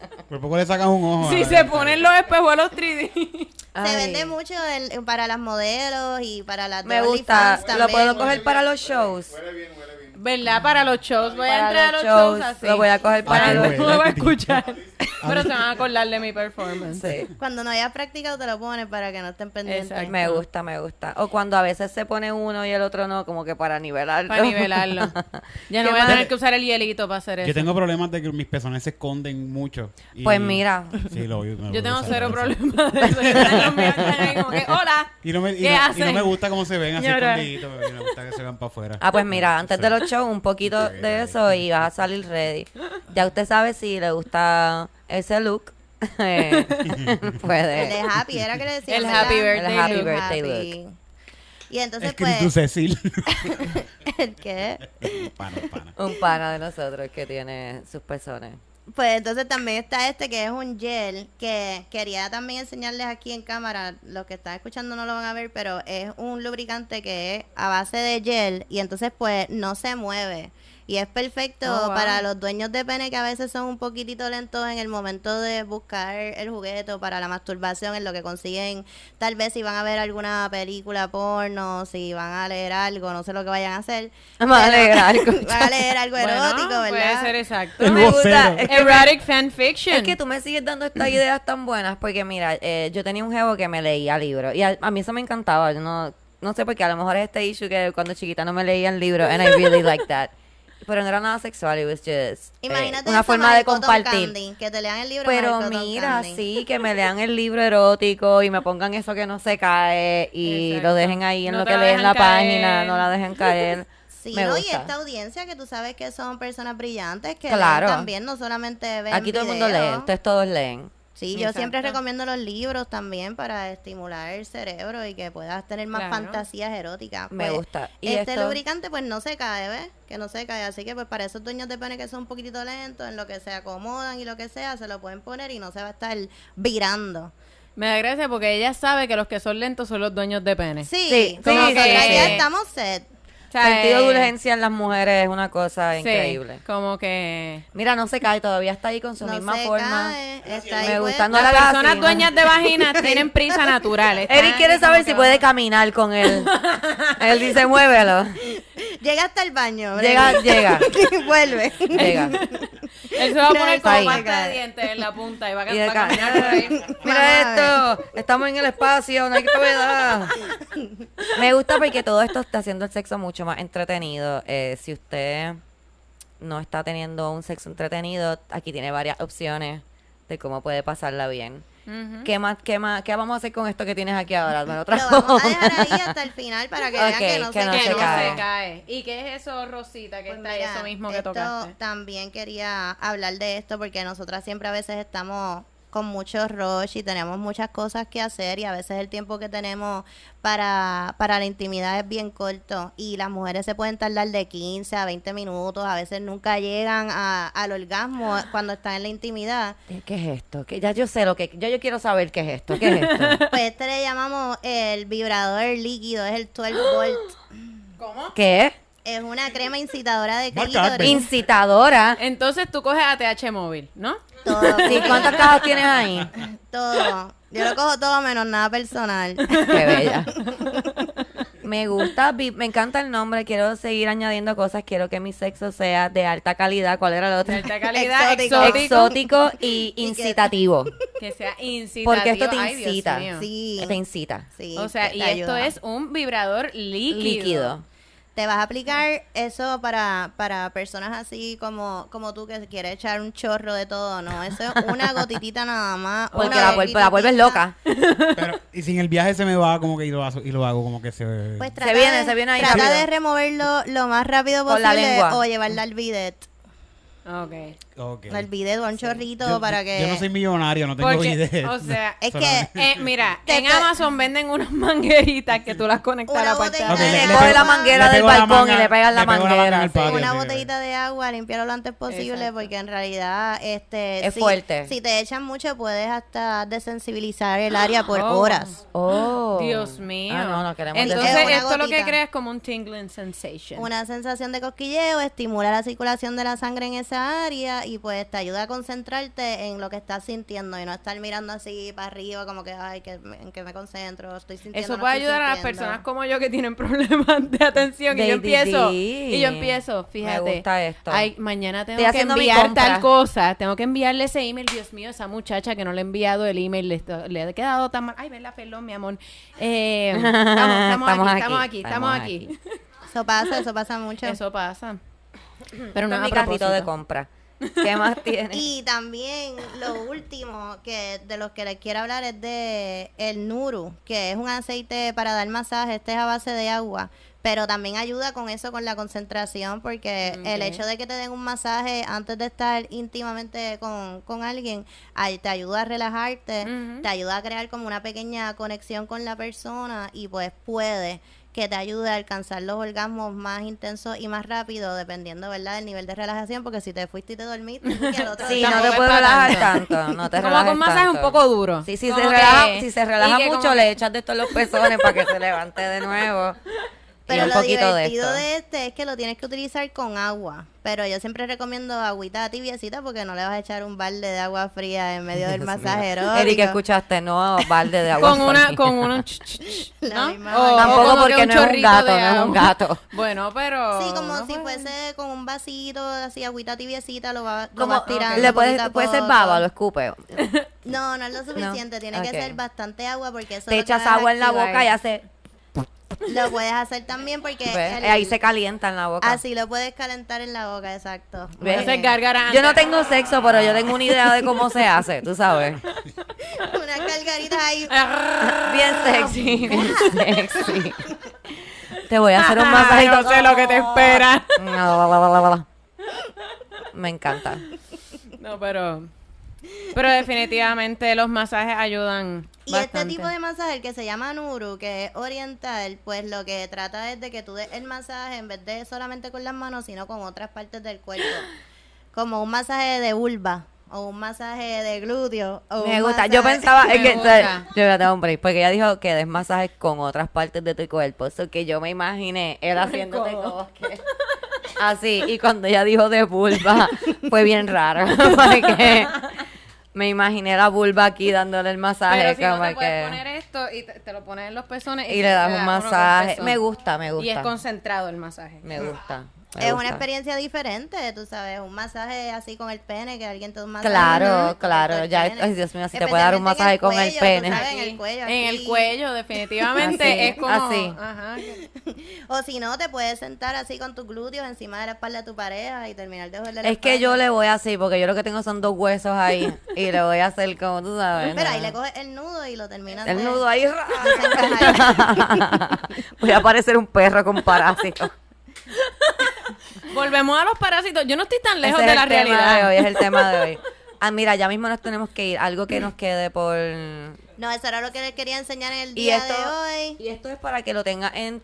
Speaker 5: Por poco le sacan un ojo.
Speaker 2: Si
Speaker 5: a-
Speaker 2: se ponen los espejuelos 3D.
Speaker 4: Se
Speaker 1: Ay,
Speaker 4: vende mucho en- para las modelos y para las de
Speaker 1: Me gusta.
Speaker 4: OnlyFans
Speaker 1: Lo
Speaker 4: también.
Speaker 1: puedo coger para los shows.
Speaker 6: Huele bien, huele bien.
Speaker 2: ¿Verdad? Para los shows. Voy a
Speaker 1: Para
Speaker 2: entrar a los
Speaker 1: los
Speaker 2: shows,
Speaker 1: shows,
Speaker 2: así.
Speaker 1: lo voy a coger para
Speaker 2: Para
Speaker 5: los-
Speaker 2: los- no lo voy a
Speaker 5: Ay, qué lindo.
Speaker 2: escuchar. Pero se van a acordar de mi performance.
Speaker 1: Sí.
Speaker 4: Cuando no hayas practicado, te lo pones para que no estén pendientes.
Speaker 2: Exacto.
Speaker 1: Me gusta, me gusta. O cuando a veces se pone uno y el otro no, como que para nivelarlo.
Speaker 2: Para nivelarlo. Ya
Speaker 1: Qué
Speaker 2: no voy a
Speaker 1: padre.
Speaker 2: tener que usar el hielito para hacer eso.
Speaker 5: Yo tengo problemas de que mis pezones se esconden mucho. y-
Speaker 1: Pues mira.
Speaker 5: Sí, lo vi- me lo
Speaker 2: Yo tengo
Speaker 5: vi-
Speaker 2: cero
Speaker 5: lo vi-
Speaker 2: problemas de eso. Yo tengo los míos están ahí como que, hola.
Speaker 5: Y no, me, y,
Speaker 2: ¿Qué
Speaker 5: no, y
Speaker 2: hacen?
Speaker 5: no me gusta cómo se ven así
Speaker 2: Señora.
Speaker 5: escondiditos. Me me gusta que se vean para afuera.
Speaker 1: Ah, pues mira, antes de
Speaker 5: Sí.
Speaker 1: los shows, un poquito de eso y vas a salir ready. Ya usted sabe si le gusta ese look. eh,
Speaker 4: El de
Speaker 1: Puede.
Speaker 4: Happy, era que le decía.
Speaker 2: El
Speaker 4: ¿verdad?
Speaker 2: happy
Speaker 1: El
Speaker 2: birthday
Speaker 1: happy
Speaker 2: look.
Speaker 1: birthday
Speaker 4: Happy. Y entonces,
Speaker 5: Escrito Cecil.
Speaker 4: pues, ¿el qué?
Speaker 5: pana, pana.
Speaker 1: Un pana de nosotros que tiene sus pezones.
Speaker 4: Pues entonces también está este que es un gel que quería también enseñarles aquí en cámara. Los que están escuchando no lo van a ver, pero es un lubricante que es a base de gel y entonces pues no se mueve. Y es perfecto
Speaker 2: Oh, wow.
Speaker 4: para los dueños de pene que a veces son un poquitito lentos en el momento de buscar el juguete o para la masturbación, en lo que consiguen. Tal vez si van a ver alguna película porno, si van a leer algo, no sé lo que vayan a hacer.
Speaker 1: Van a
Speaker 4: pero-
Speaker 1: leer algo.
Speaker 4: van a leer algo
Speaker 2: Bueno,
Speaker 4: erótico, ¿verdad?
Speaker 2: Puede ser exacto.
Speaker 5: El
Speaker 1: No me gusta.
Speaker 5: vocero.
Speaker 1: Es que,
Speaker 2: Erotic fanfiction.
Speaker 1: es que tú me sigues dando estas ideas tan buenas porque mira, eh, yo tenía un jevo que me leía libros y a, a mí eso me encantaba. Yo no, no sé por qué, a lo mejor es este issue que cuando chiquita no me leían libros and I really like that. Pero no era nada sexual, it was just eh,
Speaker 4: Imagínate
Speaker 1: una
Speaker 4: eso,
Speaker 1: forma de
Speaker 4: Mary Cotton
Speaker 1: compartir.
Speaker 4: Candy, que te lean el libro.
Speaker 1: Pero
Speaker 4: Mary Cotton
Speaker 1: mira,
Speaker 4: Candy.
Speaker 1: sí, que me lean el libro erótico y me pongan eso que no se cae y
Speaker 2: Exacto.
Speaker 1: lo dejen ahí en
Speaker 2: No
Speaker 1: lo
Speaker 2: te
Speaker 1: que
Speaker 2: la
Speaker 1: leen la
Speaker 2: dejan caer.
Speaker 1: página, no la dejen caer.
Speaker 4: Sí,
Speaker 1: me
Speaker 4: ¿no? y
Speaker 1: gusta.
Speaker 4: esta audiencia que tú sabes que son personas brillantes que
Speaker 1: Claro.
Speaker 4: leen también no solamente ven
Speaker 1: Aquí todo el mundo
Speaker 4: videos.
Speaker 1: lee, ustedes todos leen.
Speaker 4: Sí, yo siempre
Speaker 2: Exacto.
Speaker 4: recomiendo los libros también para estimular el cerebro y que puedas tener más
Speaker 2: Claro.
Speaker 4: fantasías eróticas.
Speaker 1: Me
Speaker 4: Pues,
Speaker 1: gusta. ¿Y
Speaker 4: este
Speaker 1: esto?
Speaker 4: lubricante pues no se cae, ¿ves? Que no se cae, así que pues para esos dueños de pene que son un poquitito lentos, en lo que se acomodan y lo que sea, se lo pueden poner y no se va a estar virando.
Speaker 2: Me da gracia porque ella sabe que los que son lentos son los dueños de pene.
Speaker 4: Sí,
Speaker 1: Sí,
Speaker 4: como
Speaker 2: sí,
Speaker 4: que
Speaker 2: sí,
Speaker 4: ya
Speaker 2: sí.
Speaker 4: estamos set.
Speaker 2: sea,
Speaker 1: Sentido de
Speaker 2: eh,
Speaker 1: urgencia en las mujeres es una cosa
Speaker 2: Sí,
Speaker 1: increíble.
Speaker 2: como que...
Speaker 1: Mira, no se cae, todavía está ahí con su
Speaker 4: No
Speaker 1: misma
Speaker 4: se
Speaker 1: forma.
Speaker 4: cae, está ahí
Speaker 1: Me gusta,
Speaker 4: puesta.
Speaker 1: no la
Speaker 2: Las
Speaker 1: hagas
Speaker 2: personas
Speaker 1: así, ¿no?
Speaker 2: dueñas de vaginas tienen prisa natural. están
Speaker 1: Eric quiere
Speaker 2: así como
Speaker 1: saber si
Speaker 2: que-
Speaker 1: puede caminar con él. él dice, muévelo.
Speaker 4: Llega hasta el baño.
Speaker 1: Llega,
Speaker 4: breve.
Speaker 1: llega,
Speaker 4: Vuelve.
Speaker 1: llega.
Speaker 2: Él se va a poner como
Speaker 4: Está
Speaker 1: ahí.
Speaker 2: pasta de dientes en la punta y va a,
Speaker 1: Y de
Speaker 2: va a
Speaker 1: ca-
Speaker 2: caminar por ahí.
Speaker 1: Mira esto, estamos en el espacio, no hay gravedad. Me gusta porque todo esto está haciendo el sexo mucho más entretenido. Eh, si usted no está teniendo un sexo entretenido, aquí tiene varias opciones de cómo puede pasarla bien.
Speaker 2: Ujú.
Speaker 1: ¿Qué más, qué más, qué vamos a hacer con esto que tienes aquí ahora? Bueno, otra
Speaker 4: Lo vamos a
Speaker 1: cosa.
Speaker 4: dejar ahí hasta el final para que
Speaker 1: Ok,
Speaker 4: vean que no
Speaker 1: que
Speaker 4: se
Speaker 1: no
Speaker 2: que
Speaker 4: cae.
Speaker 2: no
Speaker 1: cae.
Speaker 2: se cae. ¿Y qué es eso, Rosita? Que
Speaker 4: Pues
Speaker 2: está
Speaker 4: mira,
Speaker 2: eso mismo que
Speaker 4: esto
Speaker 2: tocaste.
Speaker 4: También quería hablar de esto porque nosotras siempre a veces estamos con mucho rush y tenemos muchas cosas que hacer y a veces el tiempo que tenemos para, para la intimidad es bien corto y las mujeres se pueden tardar de 15 a 20 minutos, a veces nunca llegan a- al orgasmo cuando están en la intimidad.
Speaker 1: ¿Qué es esto? Que ya yo sé lo que, yo, yo quiero saber qué es esto, qué es esto.
Speaker 4: Pues este le llamamos el vibrador líquido, es el 12 volt.
Speaker 2: ¿Cómo?
Speaker 1: ¿Qué?
Speaker 4: Es una crema incitadora de
Speaker 5: Marca
Speaker 4: clítoris.
Speaker 1: Incitadora.
Speaker 2: Entonces tú coges ATH móvil, ¿no?
Speaker 4: Todo.
Speaker 1: ¿Y cuántas cajas tienes ahí?
Speaker 4: Todo. Yo lo cojo todo menos nada personal.
Speaker 1: Qué bella. Me gusta, vi- me encanta el nombre. Quiero seguir añadiendo cosas. Quiero que mi sexo sea de alta calidad. ¿Cuál era la
Speaker 2: De
Speaker 1: otra?
Speaker 2: alta calidad, exótico.
Speaker 4: Exótico.
Speaker 1: Exótico y
Speaker 4: Y que-
Speaker 1: incitativo.
Speaker 2: Que sea incitativo.
Speaker 1: Porque esto te
Speaker 2: Ay, Dios
Speaker 1: incita.
Speaker 2: mío.
Speaker 4: Sí.
Speaker 1: Te incita.
Speaker 4: Sí,
Speaker 2: O sea,
Speaker 4: te-
Speaker 2: y
Speaker 4: te
Speaker 2: esto
Speaker 4: ayuda.
Speaker 2: es un vibrador líquido.
Speaker 1: Líquido.
Speaker 4: Te vas a aplicar eso para, para personas así como, como tú que quieres echar un chorro de todo, ¿no? Eso es una gotitita nada más.
Speaker 1: Porque
Speaker 4: una
Speaker 1: la, vuel- la vuelves
Speaker 4: gotitita.
Speaker 1: loca.
Speaker 5: Pero, y sin el viaje se me va como que y lo, hago- y lo hago como que se...
Speaker 4: Pues
Speaker 1: Se
Speaker 4: trata
Speaker 1: viene,
Speaker 4: de-
Speaker 1: se viene ahí
Speaker 4: Trata
Speaker 1: rápido.
Speaker 4: de removerlo lo más rápido
Speaker 1: Con la
Speaker 4: posible
Speaker 1: lengua.
Speaker 4: o llevarla al bidet.
Speaker 2: Ok.
Speaker 5: Ok.
Speaker 4: Al bidet o a un chorrito
Speaker 5: Yo-
Speaker 4: para
Speaker 5: yo-
Speaker 4: que...
Speaker 5: Yo no soy millonario, no tengo
Speaker 2: Porque,
Speaker 5: idea.
Speaker 2: o sea,
Speaker 4: Es que
Speaker 5: Solamente.
Speaker 2: eh, mira,
Speaker 4: Te-
Speaker 2: en
Speaker 4: te-
Speaker 2: Amazon venden unas mangueritas que tú las conectas a
Speaker 4: Una
Speaker 2: la parte de
Speaker 4: botella
Speaker 2: atrás.
Speaker 4: de-
Speaker 1: Le
Speaker 4: le
Speaker 1: coge
Speaker 4: pego-
Speaker 1: la manguera
Speaker 5: le
Speaker 1: del
Speaker 5: pego la
Speaker 1: balcón y
Speaker 5: manga-
Speaker 1: le pegas la
Speaker 5: le pego la manga
Speaker 1: manguera.
Speaker 5: al
Speaker 1: sí.
Speaker 5: patio.
Speaker 4: una
Speaker 5: Dios mío.
Speaker 4: botellita de agua, limpiarlo lo antes posible,
Speaker 2: Exacto.
Speaker 4: porque en realidad este
Speaker 1: Es
Speaker 4: si,
Speaker 1: fuerte.
Speaker 4: si te echan mucho puedes hasta desensibilizar el área por
Speaker 2: Oh.
Speaker 4: horas.
Speaker 1: Oh.
Speaker 2: Dios mío.
Speaker 1: Ah, no, no queremos
Speaker 2: Entonces,
Speaker 1: decir-
Speaker 4: Es una
Speaker 2: esto lo que
Speaker 4: gotita.
Speaker 2: crea es como un tingling sensation.
Speaker 4: Una sensación de cosquilleo estimula la circulación de la sangre en esa área y pues te ayuda a concentrarte en lo que estás sintiendo y no estar mirando así para arriba como que ay, que me, en qué me concentro, estoy sintiendo.
Speaker 2: Eso
Speaker 4: no
Speaker 2: puede
Speaker 4: estoy
Speaker 2: ayudar a las
Speaker 4: sintiendo.
Speaker 2: personas como yo que tienen problemas de atención. Y
Speaker 1: De
Speaker 2: yo empiezo.
Speaker 1: ADD.
Speaker 2: Y yo empiezo. Fíjate.
Speaker 1: Me gusta esto.
Speaker 2: Ay, mañana tengo
Speaker 1: Estoy
Speaker 2: que
Speaker 1: haciendo mi
Speaker 2: enviar
Speaker 1: compra.
Speaker 2: tal cosa. Tengo que enviarle ese email. Dios mío, esa muchacha que no le he enviado el email le, está- le ha quedado tan mal. Ay, vela, perdón, mi amor. Eh, estamos, estamos
Speaker 1: Estamos
Speaker 2: aquí,
Speaker 1: aquí,
Speaker 2: estamos aquí, estamos
Speaker 1: estamos
Speaker 2: aquí.
Speaker 4: Eso pasa, eso pasa mucho.
Speaker 2: Eso pasa. Pero
Speaker 1: Esto
Speaker 2: no
Speaker 1: es
Speaker 2: es
Speaker 1: mi
Speaker 2: a
Speaker 1: carrito
Speaker 2: propósito.
Speaker 1: de compra. ¿Qué más tienes?
Speaker 4: Y también lo último que de los que les quiero hablar es de el Nuru, que es un aceite para dar masaje, este es a base de agua, pero también ayuda con eso, con la concentración, porque el
Speaker 2: Ok.
Speaker 4: hecho de que te den un masaje antes de estar íntimamente con, con alguien, ay- te ayuda a relajarte,
Speaker 2: Ujú.
Speaker 4: te ayuda a crear como una pequeña conexión con la persona y pues puede que te ayude a alcanzar los orgasmos más intensos y más rápido, dependiendo, ¿verdad?, del nivel de relajación, porque si te fuiste y te dormiste, que el otro
Speaker 1: Sí,
Speaker 4: día-
Speaker 1: no
Speaker 2: Tampoco
Speaker 1: te
Speaker 2: es
Speaker 1: puedes
Speaker 2: pa'
Speaker 1: relajar
Speaker 2: tanto.
Speaker 1: tanto. No te
Speaker 2: Como
Speaker 1: relajes
Speaker 2: con masaje un
Speaker 1: tanto.
Speaker 2: poco duro.
Speaker 1: Sí, si se,
Speaker 2: Como que-
Speaker 1: relaja, si se relaja
Speaker 2: y que
Speaker 1: mucho,
Speaker 2: como
Speaker 1: le
Speaker 2: que-
Speaker 1: echas de estos los pezones para que se levante de nuevo. y
Speaker 4: Pero
Speaker 1: un
Speaker 4: lo
Speaker 1: poquito de
Speaker 4: divertido
Speaker 1: esto.
Speaker 4: de, este es que lo tienes que utilizar con agua. Pero yo siempre recomiendo agüita tibiecita porque no le vas a echar un balde de agua fría en medio del
Speaker 1: Dios mío.
Speaker 4: masaje
Speaker 1: Eric,
Speaker 4: erótico.
Speaker 1: escuchaste, no balde de agua.
Speaker 2: con una
Speaker 1: fría.
Speaker 2: con un ch- ch- ch-
Speaker 4: La
Speaker 2: ¿no?
Speaker 4: misma
Speaker 2: O-
Speaker 4: vaina.
Speaker 2: o
Speaker 1: Tampoco
Speaker 2: como que
Speaker 1: porque no es un
Speaker 2: chorrito
Speaker 1: gato,
Speaker 2: de
Speaker 1: no es un
Speaker 2: agua.
Speaker 1: gato.
Speaker 2: Bueno, pero
Speaker 4: Sí, como
Speaker 2: no
Speaker 4: si
Speaker 2: puede-
Speaker 4: fuese con un vasito, así agüita tibiecita, lo va, lo
Speaker 1: Como,
Speaker 4: vas tirando.
Speaker 1: le
Speaker 4: poquito
Speaker 1: puedes,
Speaker 4: a
Speaker 1: puede ser
Speaker 4: poco.
Speaker 1: baba, lo escupe.
Speaker 4: No, no es lo suficiente. Tiene
Speaker 1: Ok.
Speaker 4: que ser bastante agua porque eso
Speaker 1: Te
Speaker 4: lo que
Speaker 1: echas
Speaker 4: vas a
Speaker 1: agua en la
Speaker 4: activar.
Speaker 1: boca y hace.
Speaker 4: Lo puedes hacer también porque
Speaker 1: ¿ves?
Speaker 4: el-
Speaker 1: Ahí se calienta en la boca.
Speaker 4: así lo puedes calentar en la boca, exacto.
Speaker 1: ¿Ves?
Speaker 4: Muy
Speaker 2: Hacer
Speaker 4: bien.
Speaker 2: gargara
Speaker 1: Yo no
Speaker 2: antes.
Speaker 1: tengo sexo, pero yo tengo una idea de cómo se hace, tú sabes.
Speaker 4: Unas cargaritas ahí.
Speaker 2: Ah,
Speaker 1: Bien sexy, bien sexy. Te voy a hacer un masaje.
Speaker 2: Ay, no sé lo que te espera.
Speaker 1: Me encanta.
Speaker 2: No, pero pero definitivamente los masajes ayudan
Speaker 4: Y
Speaker 2: bastante.
Speaker 4: este tipo de masaje, el que se llama Nuru, que es oriental, pues lo que trata es de que tú des el masaje en vez de solamente con las manos, sino con otras partes del cuerpo. Como un masaje de vulva. o un masaje de glúteo o
Speaker 1: Me
Speaker 4: un
Speaker 1: gusta. Yo
Speaker 4: masaje-
Speaker 1: pensaba, es
Speaker 2: Me
Speaker 1: que, o sea,
Speaker 2: gusta.
Speaker 1: yo me tengo un break, porque ella dijo que des masajes con otras partes de tu cuerpo. Eso que yo me imaginé él haciéndote
Speaker 2: codo.
Speaker 1: como que. Así. Y cuando ella dijo de vulva, fue bien raro. Porque me imaginé la vulva aquí dándole el masaje.
Speaker 2: Pero si no
Speaker 1: como
Speaker 2: te puedes
Speaker 1: que-
Speaker 2: poner esto y te, te lo pones en los pezones
Speaker 1: Y le das un
Speaker 2: uno con
Speaker 1: masaje.
Speaker 2: pezón.
Speaker 1: Me gusta, me gusta.
Speaker 2: Y es concentrado el masaje.
Speaker 1: Me gusta. me
Speaker 4: Es una
Speaker 1: gusta.
Speaker 4: experiencia diferente, tú sabes, un masaje así con el pene, que alguien te da un masaje.
Speaker 1: Claro,
Speaker 4: Ujú.
Speaker 1: claro,
Speaker 4: Con el
Speaker 1: ya,
Speaker 4: pene.
Speaker 1: ay, Dios mío, si te puede dar un
Speaker 4: Especialmente en
Speaker 1: masaje con el
Speaker 4: cuello, tú
Speaker 1: pene.
Speaker 4: sabes, en el cuello.
Speaker 2: En el
Speaker 4: aquí.
Speaker 2: cuello, definitivamente.
Speaker 1: Así,
Speaker 2: es como.
Speaker 1: así.
Speaker 2: Ajá, que-
Speaker 4: O si no, te puedes sentar así con tus glúteos encima de la espalda de tu pareja y terminar de joderle la
Speaker 1: Es que yo
Speaker 4: espalda.
Speaker 1: le voy así, porque yo lo que tengo son dos huesos ahí. y le voy a hacer como tú sabes.
Speaker 4: Pero ahí
Speaker 1: ¿no?
Speaker 4: le coges el nudo y lo terminas
Speaker 1: El
Speaker 4: de-
Speaker 1: nudo ahí.
Speaker 4: desencajar.
Speaker 1: voy a parecer un perro con parásitos.
Speaker 2: Volvemos a los parásitos. Yo no estoy tan lejos
Speaker 1: Ese
Speaker 2: de
Speaker 1: es
Speaker 2: la
Speaker 1: el tema
Speaker 2: realidad.
Speaker 1: de hoy, es el tema de hoy. Ah, mira, ya mismo nos tenemos que ir. Algo que nos quede por...
Speaker 4: No, eso era lo que le quería enseñar en el
Speaker 1: Y
Speaker 4: día
Speaker 1: esto,
Speaker 4: de hoy.
Speaker 1: y esto es para que lo tenga en...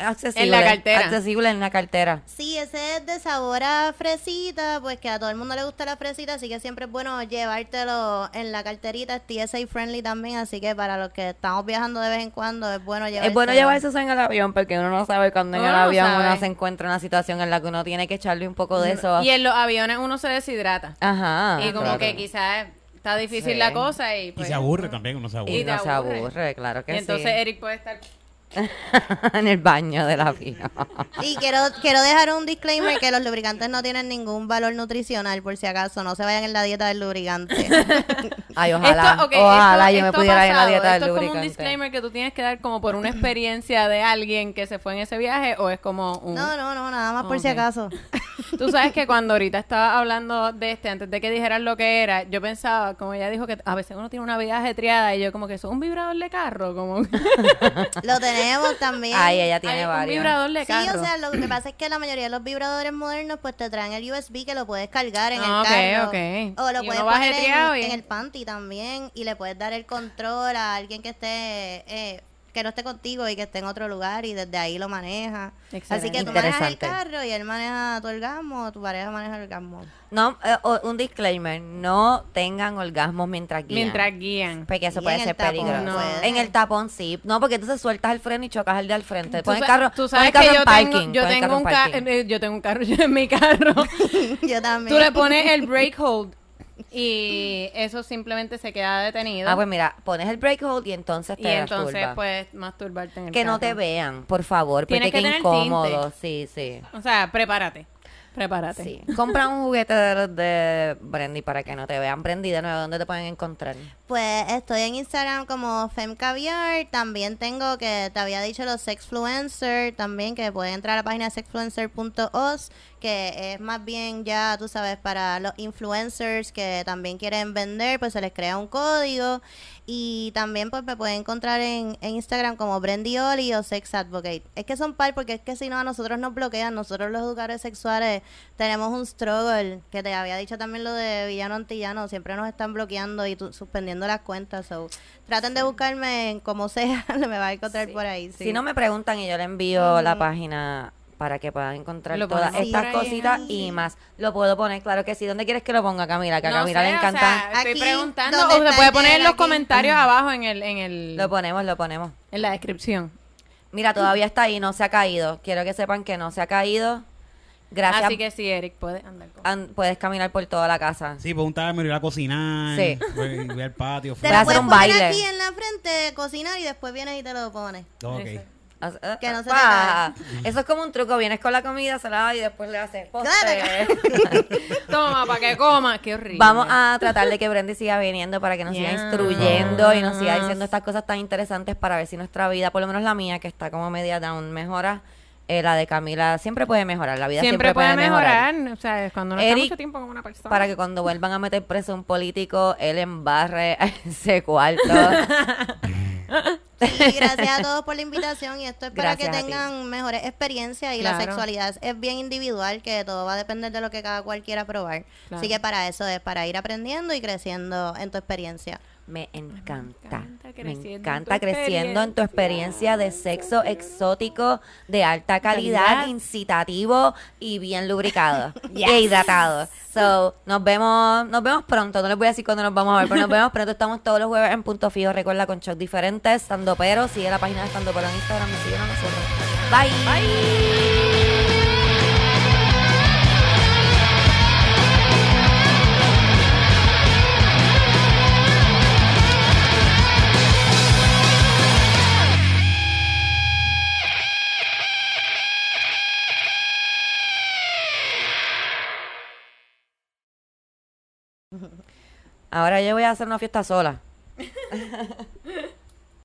Speaker 1: Accesible,
Speaker 2: En la cartera.
Speaker 1: Accesible en la cartera.
Speaker 4: Sí, ese es de sabor a fresita, pues que a todo el mundo le gusta la fresita, así que siempre es bueno llevártelo en la carterita, es TSA friendly también, así que para los que estamos viajando de vez en cuando es bueno llevarlo.
Speaker 1: Es bueno llevarse eso en el avión porque uno no sabe cuando en
Speaker 2: Uno
Speaker 1: el
Speaker 2: no
Speaker 1: avión
Speaker 2: sabe.
Speaker 1: uno se encuentra en una situación en la que uno tiene que echarle un poco de eso.
Speaker 2: Y en los aviones uno se deshidrata.
Speaker 1: Ajá.
Speaker 2: y como
Speaker 5: claro.
Speaker 2: que quizás está difícil
Speaker 1: Ah, Sí.
Speaker 2: la cosa y
Speaker 5: Y
Speaker 2: pues.
Speaker 5: se aburre también, uno se
Speaker 1: Y
Speaker 5: aburre.
Speaker 2: te
Speaker 1: no se
Speaker 2: aburre.
Speaker 1: aburre, claro
Speaker 2: y
Speaker 1: que
Speaker 2: entonces Eric puede estar.
Speaker 1: sí. en el baño del avión.
Speaker 4: Y quiero, quiero dejar un disclaimer que los lubricantes no tienen ningún valor nutricional, por si acaso, no se vayan en la dieta del lubricante.
Speaker 1: Ay, ojalá.
Speaker 2: Esto, ok,
Speaker 1: ojalá
Speaker 2: esto-
Speaker 1: yo me
Speaker 2: esto ha
Speaker 1: pudiera ir a la
Speaker 2: pasado.
Speaker 1: dieta del
Speaker 2: Esto es como un
Speaker 1: lubricante.
Speaker 2: disclaimer que tú tienes que dar como por una experiencia de alguien que se fue en ese viaje o es como un...
Speaker 4: No, no, no, nada más por si
Speaker 2: Ok.
Speaker 4: acaso.
Speaker 2: Tú sabes que cuando ahorita estaba hablando de este, antes de que dijeras lo que era, yo pensaba, como ella dijo, que a veces uno tiene una vida ajetreada y yo como que eso es un vibrador de carro, como
Speaker 4: Lo tenemos también.
Speaker 1: Ay, ella
Speaker 2: Ay,
Speaker 1: tiene
Speaker 2: un
Speaker 1: varios.
Speaker 2: vibrador de
Speaker 4: Sí,
Speaker 2: carro.
Speaker 4: o sea, lo que pasa es que la mayoría de los vibradores modernos pues te traen el USB que lo puedes cargar en
Speaker 2: Ah, ok,
Speaker 4: el carro.
Speaker 2: ok.
Speaker 4: O lo
Speaker 2: Y
Speaker 4: puedes
Speaker 2: uno va
Speaker 4: poner
Speaker 2: ajetreado
Speaker 4: en,
Speaker 2: y-
Speaker 4: en el panty también y le puedes dar el control a alguien que esté eh, que no esté contigo y que esté en otro lugar y desde ahí lo maneja. Así
Speaker 2: Excelente.
Speaker 4: que tú manejas el
Speaker 1: Interesante.
Speaker 4: carro y él maneja tu orgasmo o tu pareja maneja el orgasmo.
Speaker 1: No, eh, o- un disclaimer. No tengan orgasmos mientras guían.
Speaker 2: mientras guían.
Speaker 1: Porque eso
Speaker 4: Y
Speaker 1: puede
Speaker 4: en
Speaker 1: ser
Speaker 4: el tapón,
Speaker 1: peligroso.
Speaker 4: no.
Speaker 1: En el tapón sí. No, porque entonces sueltas el freno y chocas el de al frente. Pon el
Speaker 2: sa-
Speaker 1: carro,
Speaker 2: tú
Speaker 1: pon
Speaker 2: sabes
Speaker 1: el carro
Speaker 2: que
Speaker 1: en
Speaker 2: yo
Speaker 1: parking.
Speaker 2: tengo, yo
Speaker 1: pon el
Speaker 2: tengo
Speaker 1: carro
Speaker 2: un
Speaker 1: en
Speaker 2: carro,
Speaker 1: parking.
Speaker 2: yo tengo un carro yo en mi carro.
Speaker 4: Yo también.
Speaker 2: Tú le pones el brake hold y eso simplemente se queda detenido.
Speaker 1: Ah, pues mira, pones el break hold y entonces te
Speaker 2: y
Speaker 1: das
Speaker 2: entonces
Speaker 1: curva.
Speaker 2: puedes masturbarte en el
Speaker 1: que no te
Speaker 2: carro.
Speaker 1: vean, por favor, porque
Speaker 2: Tienes
Speaker 1: qué
Speaker 2: que tener
Speaker 1: incómodo. Sí, sí.
Speaker 2: O sea, prepárate. Prepárate.
Speaker 1: Sí. Compra un juguete de, los de Brandy para que no te vean. Brandy, de nuevo, ¿dónde te pueden encontrar?
Speaker 4: Pues estoy en Instagram como FemCaviar. También tengo que te había dicho los Sexfluencer. También que pueden entrar a la página sexfluencer.os, que es más bien ya, tú sabes, para los influencers que también quieren vender, pues se les crea un código. Y también pues me pueden encontrar en, en Instagram como Brendioli o Sex Advocate. Es que son par porque es que si no a nosotros nos bloquean, nosotros los educadores sexuales tenemos un struggle, que te había dicho también lo de villano antillano, siempre nos están bloqueando y tu- suspendiendo las cuentas. So, traten de buscarme en como sea, me va a encontrar por ahí. sí.
Speaker 1: Si no me preguntan y yo le envío la página para que puedan encontrar
Speaker 2: Mm. Lo
Speaker 1: todas
Speaker 2: ponemos
Speaker 1: estas
Speaker 4: por ahí.
Speaker 1: cositas y más. Lo puedo poner, claro que sí. ¿Dónde quieres que lo ponga, Camila? Que a
Speaker 2: No
Speaker 1: Camila
Speaker 2: sé,
Speaker 1: le
Speaker 2: o
Speaker 1: encanta. Mm.
Speaker 2: sea,
Speaker 4: Aquí,
Speaker 2: estoy preguntando.
Speaker 4: ¿dónde
Speaker 2: O se
Speaker 4: está
Speaker 2: puede
Speaker 4: el
Speaker 2: poner en
Speaker 4: link
Speaker 2: los
Speaker 4: aquí?
Speaker 2: comentarios abajo en el, en el,
Speaker 1: Lo ponemos, lo ponemos.
Speaker 2: en la descripción.
Speaker 1: Mira, todavía está ahí, no se ha caído. Quiero que sepan que no se ha caído. Gracias. Ah.
Speaker 2: Así que sí, Eric, puedes andar con.
Speaker 1: An- puedes caminar por toda la casa.
Speaker 5: Sí, pues un time me voy a ir a cocinar.
Speaker 1: Sí.
Speaker 5: Voy, voy al patio.
Speaker 4: Te
Speaker 1: Voy a
Speaker 4: lo
Speaker 1: hacer
Speaker 4: puedes
Speaker 1: un
Speaker 4: poner
Speaker 1: baile.
Speaker 4: aquí en la frente, cocinar y después vienes y te lo pones.
Speaker 5: Ok.
Speaker 1: As- ah,
Speaker 4: Que no se
Speaker 1: ah, Eso es como un truco. Vienes con la comida, se la das y después le haces postre.
Speaker 2: Toma, para que coma. Qué horrible.
Speaker 1: Vamos a tratar de que Brandy siga viniendo para que nos siga
Speaker 2: Yes.
Speaker 1: instruyendo y nos siga diciendo estas cosas tan interesantes para ver si nuestra vida, por lo menos la mía, que está como media down, mejora. Eh, la de Camila siempre puede mejorar. La vida
Speaker 2: Siempre,
Speaker 1: siempre,
Speaker 2: puede mejorar. O sea, es cuando no está
Speaker 1: Eric,
Speaker 2: mucho tiempo con una persona.
Speaker 1: para que cuando vuelvan a meter preso a un político, él embarre ese cuarto.
Speaker 4: Y gracias a todos por la invitación y esto es para
Speaker 1: Gracias a
Speaker 4: que
Speaker 1: ti.
Speaker 4: tengan mejores experiencias y la
Speaker 2: Claro.
Speaker 4: sexualidad es- es bien individual, que todo va a depender de lo que cada cual quiera probar.
Speaker 2: Claro.
Speaker 4: Así que para eso es, para ir aprendiendo y creciendo en tu experiencia.
Speaker 1: Me encanta.
Speaker 2: encanta
Speaker 1: Me
Speaker 2: creciendo en tu
Speaker 1: encanta creciendo en tu experiencia de sexo exótico de alta calidad,
Speaker 2: Calidad.
Speaker 1: incitativo y bien lubricado e hidratado. So, nos vemos, nos vemos pronto. No les voy a decir cuándo nos vamos a ver, pero nos vemos pronto. Estamos todos los jueves en Punto Fijo, recuerda con shows diferentes, estando pero, sigue la página de estando pero en Instagram, nos siguen a nosotros. Bye. Ahora yo voy a hacer una fiesta sola.